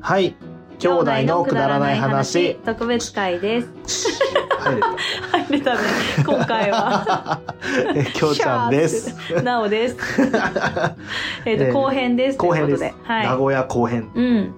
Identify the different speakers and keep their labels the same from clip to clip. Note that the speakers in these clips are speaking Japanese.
Speaker 1: はい兄弟のくだらない話
Speaker 2: 特別会です。
Speaker 1: 入れた
Speaker 2: 入れたね。今回は
Speaker 1: えきょうちゃん です
Speaker 2: なおです。えっ、
Speaker 1: えー
Speaker 2: と後編です。
Speaker 1: 後編です
Speaker 2: ということでは
Speaker 1: 名
Speaker 2: い。
Speaker 1: 古屋後編
Speaker 2: うん。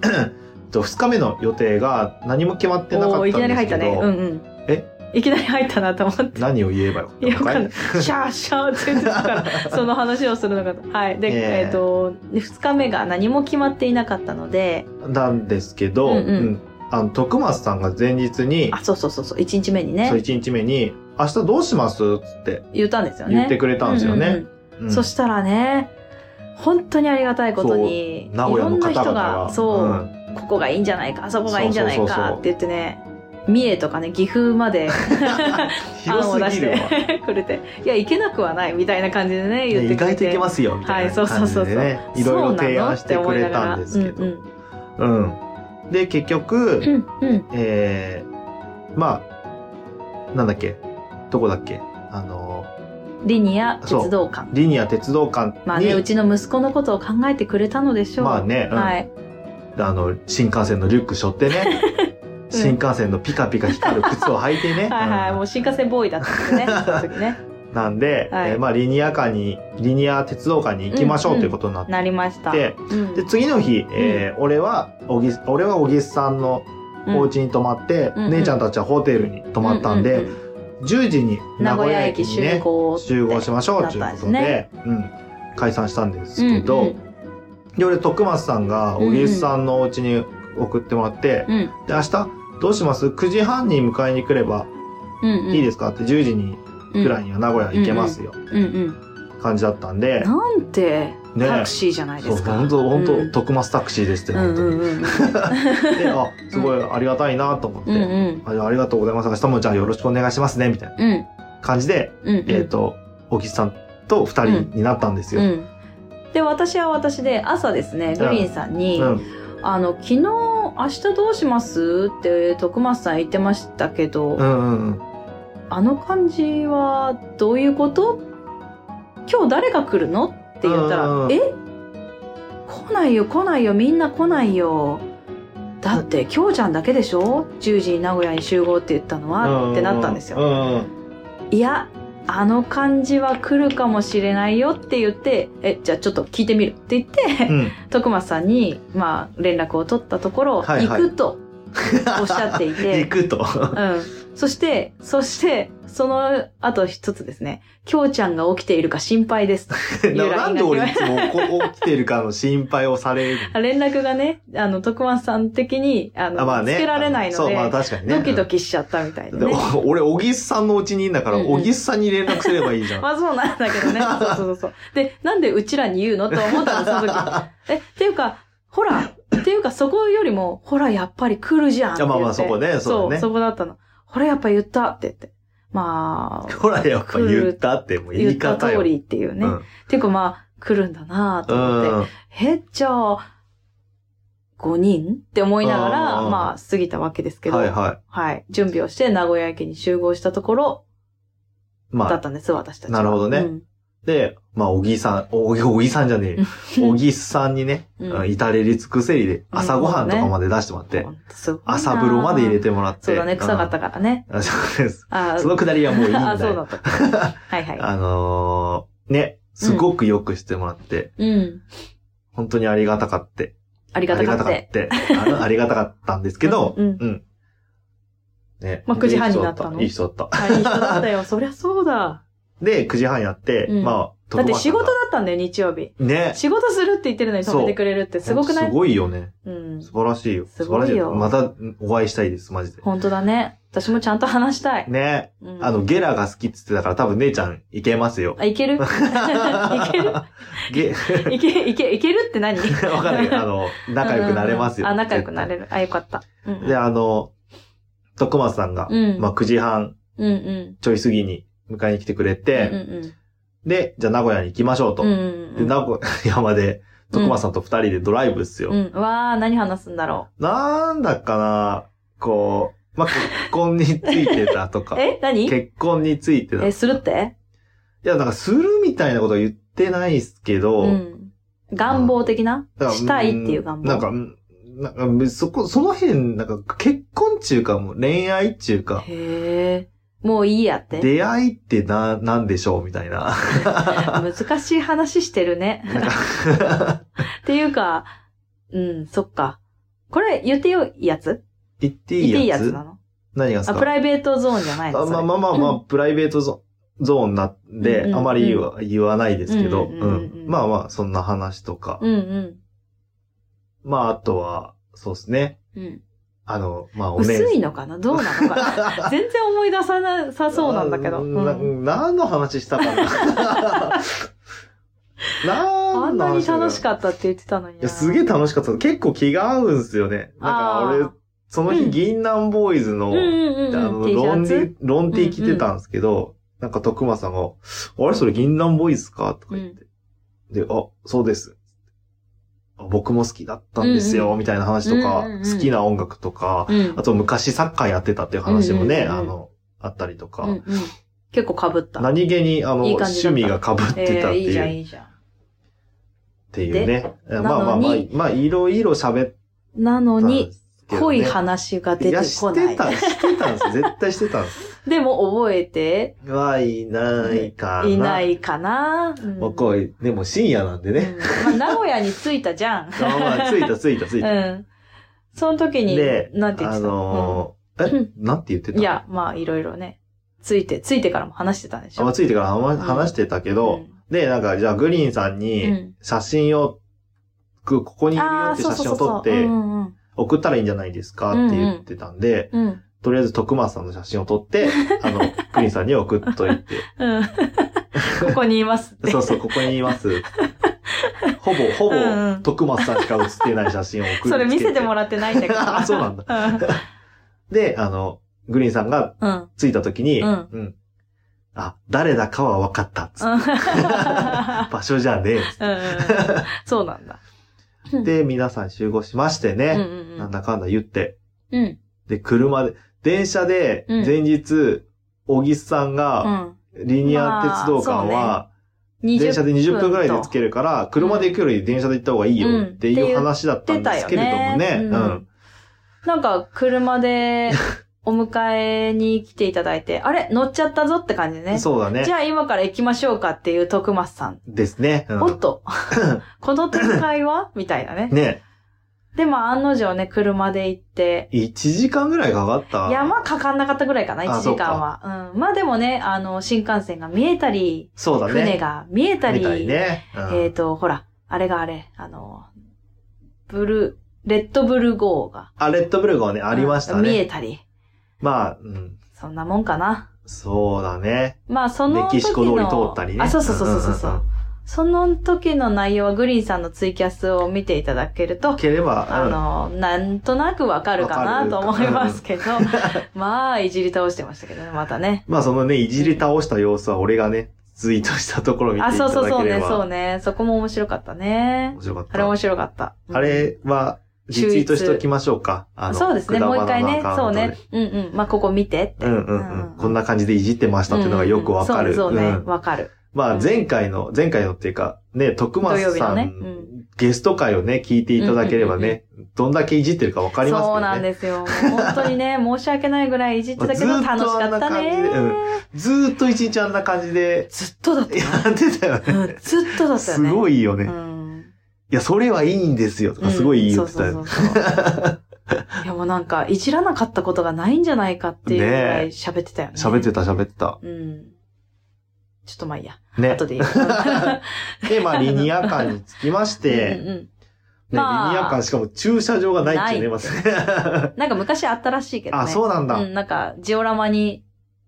Speaker 1: と2日目の予定が何も決まってなか
Speaker 2: お
Speaker 1: ったん
Speaker 2: ー
Speaker 1: で
Speaker 2: い
Speaker 1: す
Speaker 2: きなり入っ
Speaker 1: けど、
Speaker 2: たね。うんうん。
Speaker 1: え？
Speaker 2: いきなり入ったなと思って。
Speaker 1: 何を言えばよ
Speaker 2: いやわかんない
Speaker 1: か
Speaker 2: シャーシャーって言って たから、その話をするのかと。はい。で、
Speaker 1: え
Speaker 2: え
Speaker 1: ー
Speaker 2: っ、と、2日目が何も決まっていなかったので、
Speaker 1: なんですけど、
Speaker 2: うんうん
Speaker 1: あの徳松さんが前日に
Speaker 2: あ、そうそうそう、そう1日目に
Speaker 1: そう
Speaker 2: ね、
Speaker 1: 1日目に「明日どうします?」っつって
Speaker 2: 言ったんですよね。
Speaker 1: 言ってくれたんですよね。
Speaker 2: う
Speaker 1: う
Speaker 2: う
Speaker 1: んん
Speaker 2: そしたらね、本当にありがたいことに、い
Speaker 1: 名古屋
Speaker 2: ろ
Speaker 1: の
Speaker 2: んな
Speaker 1: 方
Speaker 2: 人
Speaker 1: 々
Speaker 2: が、
Speaker 1: が
Speaker 2: そう、
Speaker 1: ん
Speaker 2: ここがいいんじゃないか、あそこがいいんじゃない
Speaker 1: そうそうそう
Speaker 2: か
Speaker 1: そう
Speaker 2: って言ってね、三重とかね、岐阜まで案 を出
Speaker 1: 広す
Speaker 2: し
Speaker 1: ぎるわ
Speaker 2: て くれて、いや、行けなくはないみたいな感じでね、言っ
Speaker 1: ね
Speaker 2: て
Speaker 1: 意
Speaker 2: くれて。
Speaker 1: 外といけますよみたいな感じでね、
Speaker 2: はい
Speaker 1: いろいろ
Speaker 2: そうなの
Speaker 1: 提案してくれたんですけ
Speaker 2: って思
Speaker 1: ど
Speaker 2: いな
Speaker 1: う
Speaker 2: が
Speaker 1: ん、で結局、
Speaker 2: らうんうん。うんうん。
Speaker 1: えー、まあなんだっけどこだっけあの
Speaker 2: リニア
Speaker 1: そう
Speaker 2: 鉄道館。
Speaker 1: リニア鉄道館に
Speaker 2: まあね、うちの息子のことを考えてくれたのでしょう。
Speaker 1: まあねうん
Speaker 2: はい。
Speaker 1: あの新幹線のリュック背負って ね、新幹線のピカピカ光る靴を履いてね、
Speaker 2: はいはい、
Speaker 1: うん
Speaker 2: もう新幹線ボーイだったんで すね、その時ね。
Speaker 1: なんで、
Speaker 2: はい
Speaker 1: えーまあリニア間にリニア鉄道館に行きましょう、
Speaker 2: うん
Speaker 1: ということになって、
Speaker 2: なりました。
Speaker 1: で
Speaker 2: うん
Speaker 1: で次の日、えー俺は小木俺は小木さんのお家に泊まって、
Speaker 2: うん
Speaker 1: 姉ちゃんたちはホテルに泊まったんで、
Speaker 2: ううう
Speaker 1: 10時に
Speaker 2: 名
Speaker 1: 名
Speaker 2: 古
Speaker 1: 古
Speaker 2: 屋
Speaker 1: 屋
Speaker 2: 駅
Speaker 1: 駅に
Speaker 2: 集
Speaker 1: ね
Speaker 2: 合
Speaker 1: 集合しましょう
Speaker 2: なっ
Speaker 1: という
Speaker 2: たん
Speaker 1: こ
Speaker 2: で
Speaker 1: とで
Speaker 2: すね
Speaker 1: うん、解散したんですけど、で俺徳松さんが小木さんのお家に送ってもらって、
Speaker 2: うんうん
Speaker 1: で明日どうします ?9 時半に迎えに来れば
Speaker 2: うんうん
Speaker 1: いいですかって10時にくらいには名古屋行けますよ、
Speaker 2: うんうん
Speaker 1: 感じだったんで、
Speaker 2: なんて
Speaker 1: ね
Speaker 2: タクシーじゃないで
Speaker 1: そう
Speaker 2: すか
Speaker 1: 本当本当、
Speaker 2: うん
Speaker 1: 徳松タクシーですって
Speaker 2: う
Speaker 1: 本
Speaker 2: んう
Speaker 1: 当に、
Speaker 2: んうん
Speaker 1: であすごいありがたいなと思って、
Speaker 2: うんうん
Speaker 1: あじゃあありがとうございます明日もじゃあよろしくお願いしますねみたいな
Speaker 2: うん
Speaker 1: 感じで、
Speaker 2: うんうん
Speaker 1: えっ、と小木さんと2人になったんですよ、
Speaker 2: うんで私は私で朝ですねグリーンさんに
Speaker 1: うん
Speaker 2: 「あの昨日明日どうします?」って徳松さん言ってましたけど
Speaker 1: うんうんうん
Speaker 2: あの感じはどういうこと今日誰が来るのって言ったら
Speaker 1: う
Speaker 2: 「
Speaker 1: ん
Speaker 2: え来ないよ来ないよみんな来ないよ」だって京ちゃんだけでしょ10時に名古屋に集合って言ったのはってなったんです
Speaker 1: う
Speaker 2: よ。
Speaker 1: んうん
Speaker 2: いやあの感じは来るかもしれないよって言って「えじゃあちょっと聞いてみる」って言って、
Speaker 1: うん、
Speaker 2: 徳松さんに、まあ、連絡を取ったところ「
Speaker 1: はいはい
Speaker 2: 行く」とおっしゃっていて
Speaker 1: 行くと
Speaker 2: うん。そして、そして、その後一つですね。きょうちゃんが起きているか心配です。
Speaker 1: ななんで俺いつもこ起きてるかの心配をされ る
Speaker 2: 連絡がね、あの、徳松さん的に、あの、
Speaker 1: あまあね
Speaker 2: つけられないの
Speaker 1: そう
Speaker 2: で、
Speaker 1: まあ確かにね
Speaker 2: ドキドキしちゃったみたいで
Speaker 1: で
Speaker 2: ね。
Speaker 1: お俺小木さんのうちにいんだから
Speaker 2: うんうん
Speaker 1: 小木さんに連絡すればいいじゃん、
Speaker 2: まあそうなんだけ どね。そうそうそうそう。で、なんでうちらに言うのと思ったの、その時。え、っていうか、ほら、っていうかそこよりも、ほら、やっぱり来るじゃんって言って。
Speaker 1: いやまあまあそこねそうだね
Speaker 2: そこだったの。ほら、やっぱ言ったって言って。まあ、
Speaker 1: ほらやっぱ言ったってもう 言
Speaker 2: 言っ
Speaker 1: い
Speaker 2: た
Speaker 1: 方よ
Speaker 2: 通りっていうね。
Speaker 1: うん
Speaker 2: ていうかまあ、来るんだなぁと
Speaker 1: う
Speaker 2: 思って。
Speaker 1: ん
Speaker 2: え、じゃあ、5人って思いながら、
Speaker 1: うん
Speaker 2: まあ、過ぎたわけですけど、
Speaker 1: は
Speaker 2: はいい、
Speaker 1: はい
Speaker 2: 準備をして名古屋駅に集合したところ
Speaker 1: ま
Speaker 2: だ
Speaker 1: あ
Speaker 2: ったんです、私たちは。
Speaker 1: なるほどね
Speaker 2: うん
Speaker 1: でまあ小木さん小木小木さんじゃねえよ小木さんにね、
Speaker 2: うん
Speaker 1: うん至れり尽くせりで朝ごはんとかまで出してもらって、
Speaker 2: ほんとすごいなぁ
Speaker 1: 朝風呂まで入れてもらって
Speaker 2: そうだね、臭かったからね。
Speaker 1: うんあそうです
Speaker 2: あ
Speaker 1: そのくだりはもういいんだ
Speaker 2: あ、そうだ
Speaker 1: よ
Speaker 2: った。 はいは
Speaker 1: あのーね、すごくよくしてもらって、
Speaker 2: い。うん。
Speaker 1: 本当にありがたかって。
Speaker 2: ありがたかって。
Speaker 1: ありがたかって。あのありがたかったんですけど、
Speaker 2: うん
Speaker 1: ね。
Speaker 2: まあ9時半になったの
Speaker 1: いい人だった。
Speaker 2: あいい人だったよ。そりゃそ うだ。
Speaker 1: で、9時半やって、
Speaker 2: うん
Speaker 1: まあ、
Speaker 2: だって仕事だ
Speaker 1: だ
Speaker 2: ったんだよ、日曜日。
Speaker 1: ね。
Speaker 2: 仕事するって言ってるのに止めてくれるってすごくない
Speaker 1: すごいよね。
Speaker 2: うん。
Speaker 1: 素晴らしいよ。
Speaker 2: すごいよ
Speaker 1: 素晴らしまたお会いしたいです、マジで。
Speaker 2: 本当だね。私もちゃんと話したい。
Speaker 1: ね。
Speaker 2: うん
Speaker 1: あの、ゲラが好きって言ってたから多分姉ちゃんいけますよ。
Speaker 2: あ、いける いける
Speaker 1: ゲ、
Speaker 2: いけ、いけ、いけるって何
Speaker 1: わかんないけど、あの、仲良くなれますよ。
Speaker 2: うんうんうんあ、仲良くなれ
Speaker 1: る。
Speaker 2: る。あ、よかった。うんうん
Speaker 1: で、あの、徳松さんが、
Speaker 2: うん
Speaker 1: まあ9時半
Speaker 2: うんうん。
Speaker 1: ちょい過ぎに迎えに来てくれ
Speaker 2: うん
Speaker 1: て、
Speaker 2: うん
Speaker 1: で、じゃあ名古屋に行きましょうと。
Speaker 2: うん。うんうんう
Speaker 1: で、
Speaker 2: ん
Speaker 1: 名古屋まで、徳間さんと二人でドライブっすよ。
Speaker 2: うん。わー、何話すんだろ
Speaker 1: なんだかな、こう、まあ、結婚についてたとか
Speaker 2: う。。 え、何
Speaker 1: 結婚についてた。い
Speaker 2: え、するって
Speaker 1: や、なんかするみたいなことは言ってないっすけど、
Speaker 2: うん。願望的な
Speaker 1: だから
Speaker 2: したいっていう願望。
Speaker 1: なんか、うんなんか、そこ、その辺、なんか、結婚っていうか、もう恋愛っていうか、
Speaker 2: へえ。もういいやって。
Speaker 1: 出会いってな、なんでしょうみたいな。
Speaker 2: 難しい話してるね。
Speaker 1: なんか
Speaker 2: っていうか、うん、そっか。これ言ってよいやつ
Speaker 1: 言ってい
Speaker 2: 言っていい
Speaker 1: い
Speaker 2: や
Speaker 1: や
Speaker 2: つ
Speaker 1: つ
Speaker 2: なの
Speaker 1: 何がです
Speaker 2: あ、
Speaker 1: か
Speaker 2: プライベートゾーンじゃないの
Speaker 1: あ
Speaker 2: そ
Speaker 1: ま
Speaker 2: れ
Speaker 1: あまあまあまあ、プライベートゾゾーンなんで、
Speaker 2: うんうんうん
Speaker 1: あまり言わ言わないですけど、
Speaker 2: う
Speaker 1: うんん
Speaker 2: うんうんうん
Speaker 1: まあまあ、そんな話とか。
Speaker 2: うんうん
Speaker 1: まあ、あとは、そうですね。
Speaker 2: うん。
Speaker 1: あの、まあ、お姉
Speaker 2: 薄いの かなどうなのかな全然思い出さなさそうなんだけど。
Speaker 1: あ
Speaker 2: う
Speaker 1: ーなん何の話したかな
Speaker 2: あ
Speaker 1: 何
Speaker 2: ん
Speaker 1: の
Speaker 2: な
Speaker 1: 話
Speaker 2: に楽し
Speaker 1: っ
Speaker 2: かったって言ってたのに
Speaker 1: た。いや、すげえ楽しかった。結構気が合うんすよね。なんか
Speaker 2: あー
Speaker 1: 俺、その
Speaker 2: うん
Speaker 1: 日、銀杏ボーイズの、
Speaker 2: うんうん
Speaker 1: あ
Speaker 2: う
Speaker 1: の、
Speaker 2: んうん。T シ
Speaker 1: ロン
Speaker 2: ャ
Speaker 1: テ
Speaker 2: ツ
Speaker 1: ィ、ロンティ着てたんですけど、なんか徳間さんが、あれそれ銀杏ボーイズかとか言って。で、あ、そうです。あ僕も好きだったんです
Speaker 2: うん
Speaker 1: よ、みたいな話とか、
Speaker 2: うんうんうん
Speaker 1: 好きな音楽とか、
Speaker 2: うん
Speaker 1: あと昔サッカーやってたっていう話もね、
Speaker 2: うんうんう
Speaker 1: あ
Speaker 2: ん
Speaker 1: の、あったりとか、
Speaker 2: うんうん。結構被った。
Speaker 1: 何気に、あの、
Speaker 2: いい感じ
Speaker 1: 趣
Speaker 2: だった
Speaker 1: 味が被ってたっ
Speaker 2: えー
Speaker 1: て
Speaker 2: いい
Speaker 1: い
Speaker 2: じ
Speaker 1: う、
Speaker 2: ゃん、いいじゃん。
Speaker 1: っていうね。まあまあ
Speaker 2: な
Speaker 1: ま
Speaker 2: の
Speaker 1: あ
Speaker 2: に、
Speaker 1: まあ、いろいろ喋っ
Speaker 2: なの
Speaker 1: たんで
Speaker 2: に、
Speaker 1: すけど、
Speaker 2: 濃
Speaker 1: ね。
Speaker 2: い話が出
Speaker 1: い
Speaker 2: て
Speaker 1: や、
Speaker 2: こ
Speaker 1: し
Speaker 2: な
Speaker 1: て
Speaker 2: い。
Speaker 1: た、してたんです。絶対してたんです。
Speaker 2: でも覚えて
Speaker 1: はいないかな。
Speaker 2: いないかな。うん
Speaker 1: もうこう、でも深夜なんでね。
Speaker 2: うんまあ、名古屋に着いたじゃ ん。
Speaker 1: あまあ、着いた着いた着いうた。
Speaker 2: ん。その時に
Speaker 1: で、、
Speaker 2: なんて言っ
Speaker 1: あ
Speaker 2: てたの、
Speaker 1: のー
Speaker 2: う
Speaker 1: え、なんて言って
Speaker 2: う
Speaker 1: た
Speaker 2: んいや、まあ、いろいろね。ついて、ついてからも話してたんでし
Speaker 1: あ、
Speaker 2: ょ。
Speaker 1: まあ、着いてから
Speaker 2: ん
Speaker 1: 話話してたけ
Speaker 2: う
Speaker 1: ど、
Speaker 2: ん
Speaker 1: で、なんか、じゃあ、グリーンさん
Speaker 2: う
Speaker 1: に、
Speaker 2: ん
Speaker 1: 写真を、くここにいるよ
Speaker 2: あ
Speaker 1: っ
Speaker 2: ー
Speaker 1: て
Speaker 2: そう
Speaker 1: 写
Speaker 2: そ
Speaker 1: 真
Speaker 2: うそ
Speaker 1: を
Speaker 2: うそ
Speaker 1: 撮
Speaker 2: う
Speaker 1: って
Speaker 2: う、んうん
Speaker 1: 送ったらいいんじゃないですかって言ってたんで、
Speaker 2: うん。
Speaker 1: とりあえず、徳松さんの写真を撮 って、あの、グリーンさんに送っといて、
Speaker 2: うん。 ここにいますって。
Speaker 1: そうそう、ここにい ます。ほぼ、ほぼ
Speaker 2: うんうん、
Speaker 1: 徳松さんしか写ってない写真を送って。
Speaker 2: それ見せても
Speaker 1: ら
Speaker 2: らってないんだけど。
Speaker 1: あ そうなん
Speaker 2: だ。
Speaker 1: で、あの、グリーンさんが
Speaker 2: うん。うん。
Speaker 1: 着いた時に、
Speaker 2: うん
Speaker 1: あ、誰だかは分かったっつって。場所じゃねえっつっ
Speaker 2: うんう んうんそうなんだ。
Speaker 1: て。で、皆さん集合しまして
Speaker 2: うんう
Speaker 1: ね。
Speaker 2: ん
Speaker 1: なんだかんだ言って。
Speaker 2: うん。うん。
Speaker 1: で、車で、電車で、
Speaker 2: うん
Speaker 1: 前日、小木さん
Speaker 2: う
Speaker 1: が、
Speaker 2: ん。
Speaker 1: リニア鉄道館
Speaker 2: ま
Speaker 1: は、電車で20分ぐらいで着けるから、車で行くより電車で行った方がいいよって
Speaker 2: うん
Speaker 1: いう話だったんですけれども
Speaker 2: って
Speaker 1: ね。
Speaker 2: 言って
Speaker 1: う
Speaker 2: たよね
Speaker 1: ん。
Speaker 2: なんか、車 で、お迎えに来ていただいて、あれ乗っちゃったぞって感じね。
Speaker 1: そうだ
Speaker 2: じ
Speaker 1: ね。
Speaker 2: ゃあ今から行きましょうかっていう徳松さん。
Speaker 1: ですね。うん
Speaker 2: おっ と、この展開はみたいなね。
Speaker 1: ね、
Speaker 2: で、まあ案の定ね、車で行って、
Speaker 1: 1時間ぐらいかかった。
Speaker 2: 山かかんなかったぐらいかな、
Speaker 1: あ
Speaker 2: 1時間は。うん。まあでもね、あの、新幹線が見えたり、
Speaker 1: そうだね。
Speaker 2: 船が見えたり、
Speaker 1: みたいね。うん
Speaker 2: えっ、と、ほら、あれがあれ、あの、ブルー、レッドブル号が。
Speaker 1: あ、レッドブルゴーね、ありました
Speaker 2: うん見
Speaker 1: ね。
Speaker 2: えたり。
Speaker 1: まあ、うん。
Speaker 2: そんなもんかな。
Speaker 1: そうだね。
Speaker 2: まあ、その時の。
Speaker 1: メキシコ通り通ったりね。
Speaker 2: あ、そうそうそうそうそ
Speaker 1: んん
Speaker 2: う。
Speaker 1: ん
Speaker 2: その時の内容はグリーンさんのツイキャスを見ていただけると、
Speaker 1: ければ、
Speaker 2: あの、なんとなくわかるかなと
Speaker 1: わ
Speaker 2: 思
Speaker 1: かる
Speaker 2: いますけど、 まあ、いじり倒してましたけどね、またね。
Speaker 1: うんまあそのね、いじり倒した様子は俺がね、ツイートしたところを見てい
Speaker 2: あ、
Speaker 1: た
Speaker 2: そう
Speaker 1: だければ。
Speaker 2: そうそうね、そうね。そこも面白かったね
Speaker 1: 面。白かっ
Speaker 2: あれ
Speaker 1: た。
Speaker 2: 面白かった。うん
Speaker 1: あれは、リツイートしときましょうか。あの
Speaker 2: そうですね、もう一回ね。
Speaker 1: くだ
Speaker 2: そ
Speaker 1: ば
Speaker 2: う
Speaker 1: なアカウント
Speaker 2: ね
Speaker 1: で。
Speaker 2: うんうん。まあ、ここ見てって。
Speaker 1: うんうんうん。こんな感じでいじってましたっていうのがよくわかる。
Speaker 2: そうそう
Speaker 1: う
Speaker 2: ね
Speaker 1: ん、
Speaker 2: わかる。
Speaker 1: ま
Speaker 2: う
Speaker 1: あ
Speaker 2: ん
Speaker 1: 前回の、前回のっていうか、ね、徳
Speaker 2: 土曜
Speaker 1: 松
Speaker 2: 日の
Speaker 1: さ
Speaker 2: ね。
Speaker 1: ん、ゲスト回をね、聞いていただければね、どんだけいじってるかわかりますけどね。
Speaker 2: そうなんですよ。もう本当に ね、申し訳ないぐらいいじってたけ
Speaker 1: ず
Speaker 2: ど
Speaker 1: っ
Speaker 2: 楽し
Speaker 1: とあんな
Speaker 2: かった
Speaker 1: 感じでうん
Speaker 2: ね。
Speaker 1: ずーっと一日あんな感じで
Speaker 2: ずっとだったよ
Speaker 1: やってたよね。
Speaker 2: うんずっとだったよ
Speaker 1: す
Speaker 2: ね。
Speaker 1: ごいよね。
Speaker 2: う
Speaker 1: い
Speaker 2: ん。
Speaker 1: や、それはいいんですよと
Speaker 2: う
Speaker 1: か、
Speaker 2: ん
Speaker 1: すごい言ってたよ。
Speaker 2: そうそうそうそういやもうなんか、いじらなかったことがないんじゃないかっていうぐらい喋ってたよね。
Speaker 1: 喋ってた、喋ってた。
Speaker 2: うん。ちょっとまあいいや。
Speaker 1: ね
Speaker 2: 後。でい いや。
Speaker 1: で、まあ、リニア間につきまして、
Speaker 2: うん
Speaker 1: ね、
Speaker 2: うん
Speaker 1: リニ
Speaker 2: まあ
Speaker 1: ア間しかも駐車場がないっていうね、まず
Speaker 2: なんか昔あったらしいけどね。
Speaker 1: あ、そうなんだ。
Speaker 2: うん、なんか、ジオラマに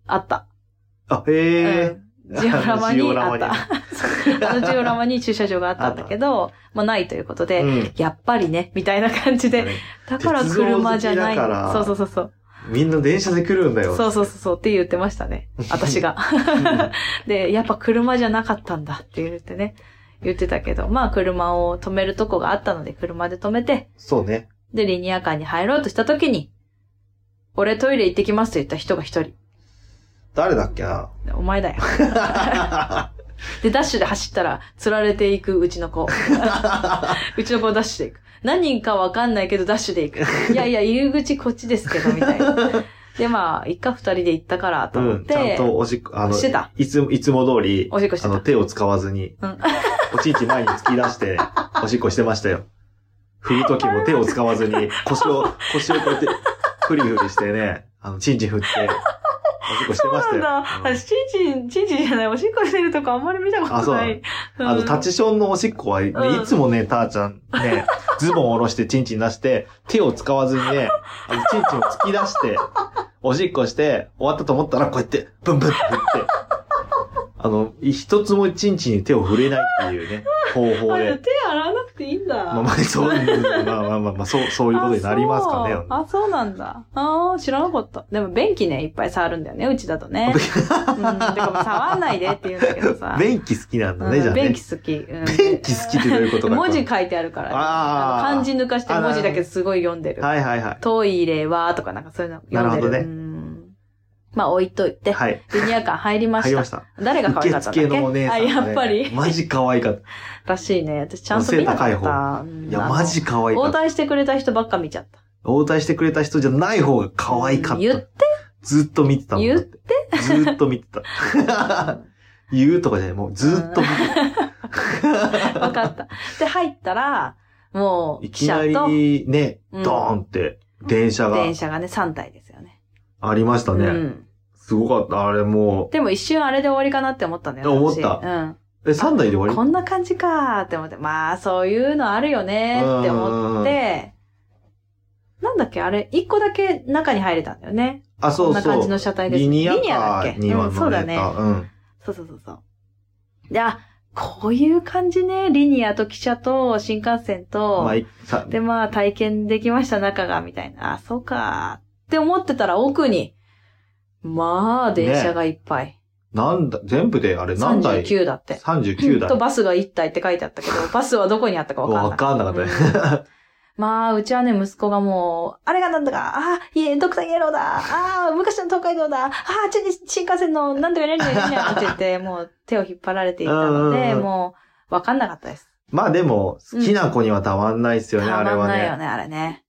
Speaker 2: あった。
Speaker 1: あ、へえ。
Speaker 2: うんジオラマにあっ
Speaker 1: ジオラマに
Speaker 2: た。そう あのジオラマに駐車場があったんだけど、まあないということで、
Speaker 1: うん。
Speaker 2: やっぱりね、みたいな感じで、
Speaker 1: ね
Speaker 2: だから車じゃない。
Speaker 1: 鉄道好きだから
Speaker 2: そうそうそうそう。
Speaker 1: みんな電車で来るんだよ。
Speaker 2: そうそうそうそうって言ってましたね。私が。で、やっぱ車じゃなかったんだって言ってね、言ってたけど、まあ車を止めるとこがあったので、車で止めて、
Speaker 1: そうね。
Speaker 2: で、リニア間に入ろうとした時に、俺トイレ行ってきますと言った人が一人。
Speaker 1: 誰だっけな
Speaker 2: お前だよ。で、ダッシュで走ったら、釣られていくうちの 子。うちの子はダッシュで行く。何人かわかんないけど、ダッシュで行く。いやいや、入り口こっちですけど、みたいな。で、まあ、一家二人で行ったから、と
Speaker 1: う
Speaker 2: 思っ
Speaker 1: ん、ちゃん
Speaker 2: て、
Speaker 1: とおしっこ、あの
Speaker 2: してた、
Speaker 1: いつも、いつも通り、
Speaker 2: おしっこして
Speaker 1: あの、
Speaker 2: た。
Speaker 1: 手を使わずに、
Speaker 2: うん
Speaker 1: おちいち前に突き出して、 おしっこしてましたよ。振る時も手を使わずに、腰 を、腰をこうやって、ふりふりしてね、あの、ちんちん振って、おしっこしてました
Speaker 2: そう
Speaker 1: よ。
Speaker 2: なんだ。
Speaker 1: うん
Speaker 2: 私、チンチン、チンチンじゃない、おしっこしてるとこあんまり見たこ
Speaker 1: あ
Speaker 2: と
Speaker 1: そう
Speaker 2: ない。
Speaker 1: あの、
Speaker 2: うん
Speaker 1: タチションのおしっこは、ね
Speaker 2: うん
Speaker 1: いつもね、ターちゃん ね、ズボンを下ろしてチンチン出して、手を使わずにね、あの、チンチンを突き出して、おしっこして、終わったと思ったら、こうやって、ブンブンって振って、あの、一つもチンチンに手を触れないっていうね、方法
Speaker 2: あ、じゃあ
Speaker 1: で。
Speaker 2: 手洗わなくていいんだ。
Speaker 1: まあまあ、そう、まあまあまあまあ、そう、そういうことになりますかね。
Speaker 2: あ、そうあそうなんだ。ああ、知らなかった。でも、便器ね、いっぱい触るんだよね、うちだとね。うん、てかもう触んないでって言うんだけど さ。
Speaker 1: 便器好きなんだね、じゃあ
Speaker 2: うん便
Speaker 1: ね。
Speaker 2: 器好き。うん
Speaker 1: 便器好きってどういうことか。
Speaker 2: 文字書いてあるから、ね。
Speaker 1: あー
Speaker 2: の漢字抜かして文字だけすごい読んでる。
Speaker 1: はいはいは
Speaker 2: トイレはとかなんかそういうの読んでる。
Speaker 1: なるほどね
Speaker 2: うんまあ置いといて、
Speaker 1: い。はい。
Speaker 2: リニアカー入りま
Speaker 1: 入り
Speaker 2: した。
Speaker 1: ました。
Speaker 2: 誰が可愛
Speaker 1: 受
Speaker 2: かったんだっ
Speaker 1: 付のお姉さん、
Speaker 2: あ、
Speaker 1: ね。
Speaker 2: やっぱり。
Speaker 1: マジ可愛かった。
Speaker 2: らしいね。私ちゃんと見なか
Speaker 1: 背
Speaker 2: った
Speaker 1: 高。
Speaker 2: うん
Speaker 1: いや、
Speaker 2: あの
Speaker 1: マジ可愛か
Speaker 2: 応
Speaker 1: った。
Speaker 2: 対してくれた人ばっか見ちゃった。
Speaker 1: 応対してくれた人じゃない方が可愛かっ。
Speaker 2: 言った
Speaker 1: ずっと見てたもん。
Speaker 2: 言っ
Speaker 1: だってずっと見てた。 言うとかじゃない、もうずっと見 てた。
Speaker 2: わかった。で、入ったら、もう、
Speaker 1: い
Speaker 2: 記
Speaker 1: きな
Speaker 2: 者と
Speaker 1: りね、
Speaker 2: うん
Speaker 1: ドーンって電車が
Speaker 2: 電車がね、3台ですよね。
Speaker 1: ありました
Speaker 2: う
Speaker 1: ね。
Speaker 2: ん。
Speaker 1: すごかった。あれも
Speaker 2: でも一瞬あれで終わりかなって思ったんだよね。
Speaker 1: 思っ
Speaker 2: 私
Speaker 1: た
Speaker 2: うん。
Speaker 1: う、え、3台で終
Speaker 2: こ
Speaker 1: わり
Speaker 2: んな感じかーって思って、まあ、そういうのあるよねーって思って、なんだっけあれ、一個だけ中に入れたんだよね。
Speaker 1: あ、そう
Speaker 2: こんな感
Speaker 1: そ
Speaker 2: じの
Speaker 1: う。
Speaker 2: 車体です。
Speaker 1: リニア
Speaker 2: だ
Speaker 1: カ
Speaker 2: っけ
Speaker 1: ーには
Speaker 2: うんそう
Speaker 1: 乗
Speaker 2: だ
Speaker 1: れ
Speaker 2: ね。
Speaker 1: た。うん。
Speaker 2: そうそうそうそう。で、あ、こういう感じね。リニアと汽車と新幹線と、
Speaker 1: まあいさ
Speaker 2: で、まあ、体験できました、中が、みたいな。あ、そうか。って思ってたら、奥に、まあ、電車がいっぱい。
Speaker 1: なんだ、全部であれ何台
Speaker 2: 39だって。
Speaker 1: ?39
Speaker 2: と、
Speaker 1: 台。
Speaker 2: バスが1台って書いてあっ たけど、バスはどこにあったかわかんない。
Speaker 1: わかんなかったね。
Speaker 2: まあ、うちはね、息子がもう、あれがなんだか、ああ、いえ、ドクターイエローだ、ああ、昔の東海道だ、ああ、ちょっと新幹線の、なんとか何々何々って言 って、もう手を引っ張られていたので、
Speaker 1: うん
Speaker 2: もう、わかんなかったです。
Speaker 1: まあでも、好きな子にはたまんないっすよ
Speaker 2: た
Speaker 1: ね、あれ
Speaker 2: まん
Speaker 1: は
Speaker 2: ないよ
Speaker 1: ね。
Speaker 2: ね、あれね。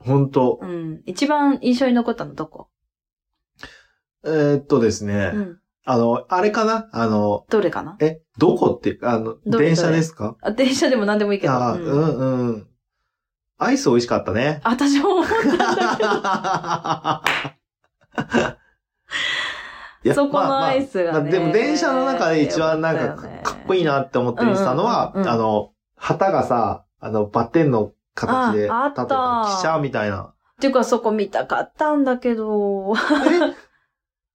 Speaker 1: ほんと。
Speaker 2: うん。一番印象に残ったのどこ
Speaker 1: えーっとですね、
Speaker 2: うん。
Speaker 1: あの、あれかなあの、
Speaker 2: どれかな
Speaker 1: え、どこって、あの、
Speaker 2: どれ
Speaker 1: 電車ですか
Speaker 2: あ、電車でも何でもいいけど。
Speaker 1: あー、
Speaker 2: う。
Speaker 1: うんん、うん、アイス美味しかったね
Speaker 2: 私も思ったんだけ
Speaker 1: い
Speaker 2: ど、そこのアイ
Speaker 1: ス
Speaker 2: スがね。
Speaker 1: でも電車の中で一番なんかか,、っこいいなって思って見てたのは、
Speaker 2: うんうんうんうん
Speaker 1: あの、旗がさ、あの、バッテンの形で、
Speaker 2: ああった
Speaker 1: 立て汽車みたいな。
Speaker 2: っていうか、そこ見たかったんだけど、
Speaker 1: え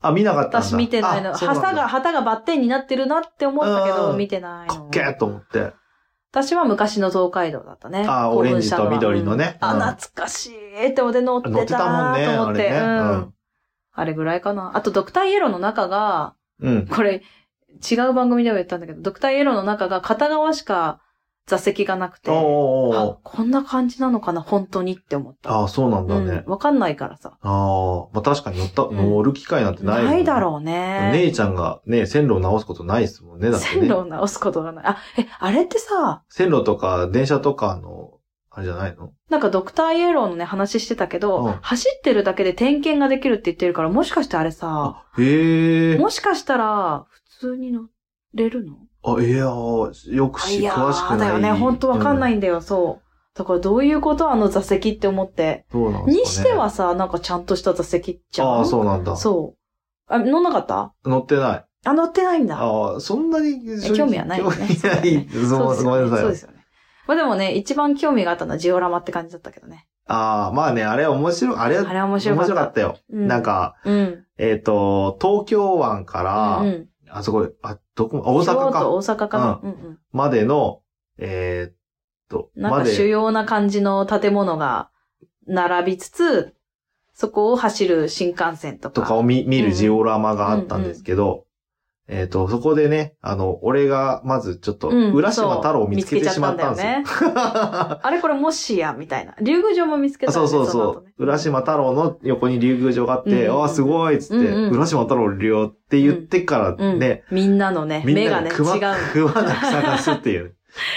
Speaker 1: あ、見なかったんだ。
Speaker 2: 私見てないの。
Speaker 1: あそうなんだ
Speaker 2: 旗が、旗がバッテンになってるなって思ったけど、
Speaker 1: うん
Speaker 2: 見てない
Speaker 1: か
Speaker 2: の
Speaker 1: っ。けーと思って。
Speaker 2: 私は昔の東海道だったね。
Speaker 1: あー
Speaker 2: 興奮したのは
Speaker 1: オレンジと緑のね
Speaker 2: うん
Speaker 1: うん
Speaker 2: あ、懐かしいって思って乗って
Speaker 1: 乗って
Speaker 2: た
Speaker 1: たもんね、
Speaker 2: ーと
Speaker 1: あ
Speaker 2: 思って。
Speaker 1: れね。
Speaker 2: う
Speaker 1: うんん。
Speaker 2: あれぐらいかな。あと、ドクターイエローの中が、
Speaker 1: うん。
Speaker 2: これ、違う番組でも言ったんだけど、ドクターイエローの中が片側しか座席がなくて、
Speaker 1: おーおーおー
Speaker 2: あ、こんな感じなのかな、本当にって思った。
Speaker 1: ああ、そうなんだ
Speaker 2: うん
Speaker 1: ね。
Speaker 2: わかんないからさ。
Speaker 1: ああ、まあ確かに乗った、
Speaker 2: うん
Speaker 1: 乗る機会なんてない、
Speaker 2: ないだろう
Speaker 1: う
Speaker 2: ね。
Speaker 1: 姉ちゃんがね、線路を直すことないですもんね、だって、ね。
Speaker 2: 線路を直すことがない。あ、え、あれってさ、
Speaker 1: 線路とか、電車とかの、あれじゃないの
Speaker 2: なんかドクターイエローのね、話してたけど、
Speaker 1: うん
Speaker 2: 走ってるだけで点検ができるって言ってるから、もしかしてあれさ、
Speaker 1: あ、へえ。
Speaker 2: もしかしたら、普通に乗れるの
Speaker 1: あ、いやー、よく
Speaker 2: あ
Speaker 1: し、
Speaker 2: いや
Speaker 1: 詳しくな
Speaker 2: ー、
Speaker 1: い。
Speaker 2: だよね。本当わかんない
Speaker 1: うん
Speaker 2: だよ、そう。だからどういうことあの座席って思って。
Speaker 1: ん。そうなんですか、ね。
Speaker 2: にしては、さ、なんかちゃんとした座席じゃん。
Speaker 1: ああ、そうなんだ。
Speaker 2: そう。あ、乗んなかった
Speaker 1: 乗ってない。
Speaker 2: あ、乗ってないんだ。
Speaker 1: ああ、そんなに正直、
Speaker 2: 興味はないよね
Speaker 1: 興味ない。
Speaker 2: そう
Speaker 1: そ
Speaker 2: で
Speaker 1: う
Speaker 2: す
Speaker 1: ごめ
Speaker 2: よね
Speaker 1: んなさ
Speaker 2: そうで
Speaker 1: い。
Speaker 2: すよね。まあでもね、一番興味があったのはジオラマって感じだったけどね。
Speaker 1: ああ、まあね、あれ面白い、あれ、
Speaker 2: あれ面白か
Speaker 1: 面白
Speaker 2: った。
Speaker 1: かったよ。
Speaker 2: うん
Speaker 1: なん、か、
Speaker 2: うん。
Speaker 1: えっ、と、東京湾から、
Speaker 2: うんうん
Speaker 1: あそこ、あ、どこ、あ大
Speaker 2: 京
Speaker 1: 阪
Speaker 2: 都
Speaker 1: か、
Speaker 2: 大阪かな。うんうん。
Speaker 1: までの、えーっと、
Speaker 2: な
Speaker 1: ま
Speaker 2: んか主
Speaker 1: で、
Speaker 2: 要な感じの建物が並びつつ、そこを走る新幹線とか。
Speaker 1: とかを見見
Speaker 2: うんう
Speaker 1: る
Speaker 2: ん
Speaker 1: ジオラマがあったんですけど、えっ、と、そこでね、あの、俺が、まずちょっと、浦島太郎を見つけてしまったんですよ。
Speaker 2: よ。あれこれもしや、みたいな。竜宮城も見つけたん だ
Speaker 1: そ
Speaker 2: よ
Speaker 1: う
Speaker 2: ね
Speaker 1: そうそ
Speaker 2: の後
Speaker 1: う
Speaker 2: ね。
Speaker 1: 浦島太郎の横に竜宮城があっ
Speaker 2: うんうん
Speaker 1: て、
Speaker 2: うん
Speaker 1: ああ、すごいっつって、
Speaker 2: うんうん
Speaker 1: 浦島太郎竜王って言ってから
Speaker 2: うん
Speaker 1: ね、
Speaker 2: みんなのね、
Speaker 1: みん
Speaker 2: 目
Speaker 1: な
Speaker 2: が
Speaker 1: で
Speaker 2: ね、違
Speaker 1: くま、
Speaker 2: う。
Speaker 1: くまなく探す っていう。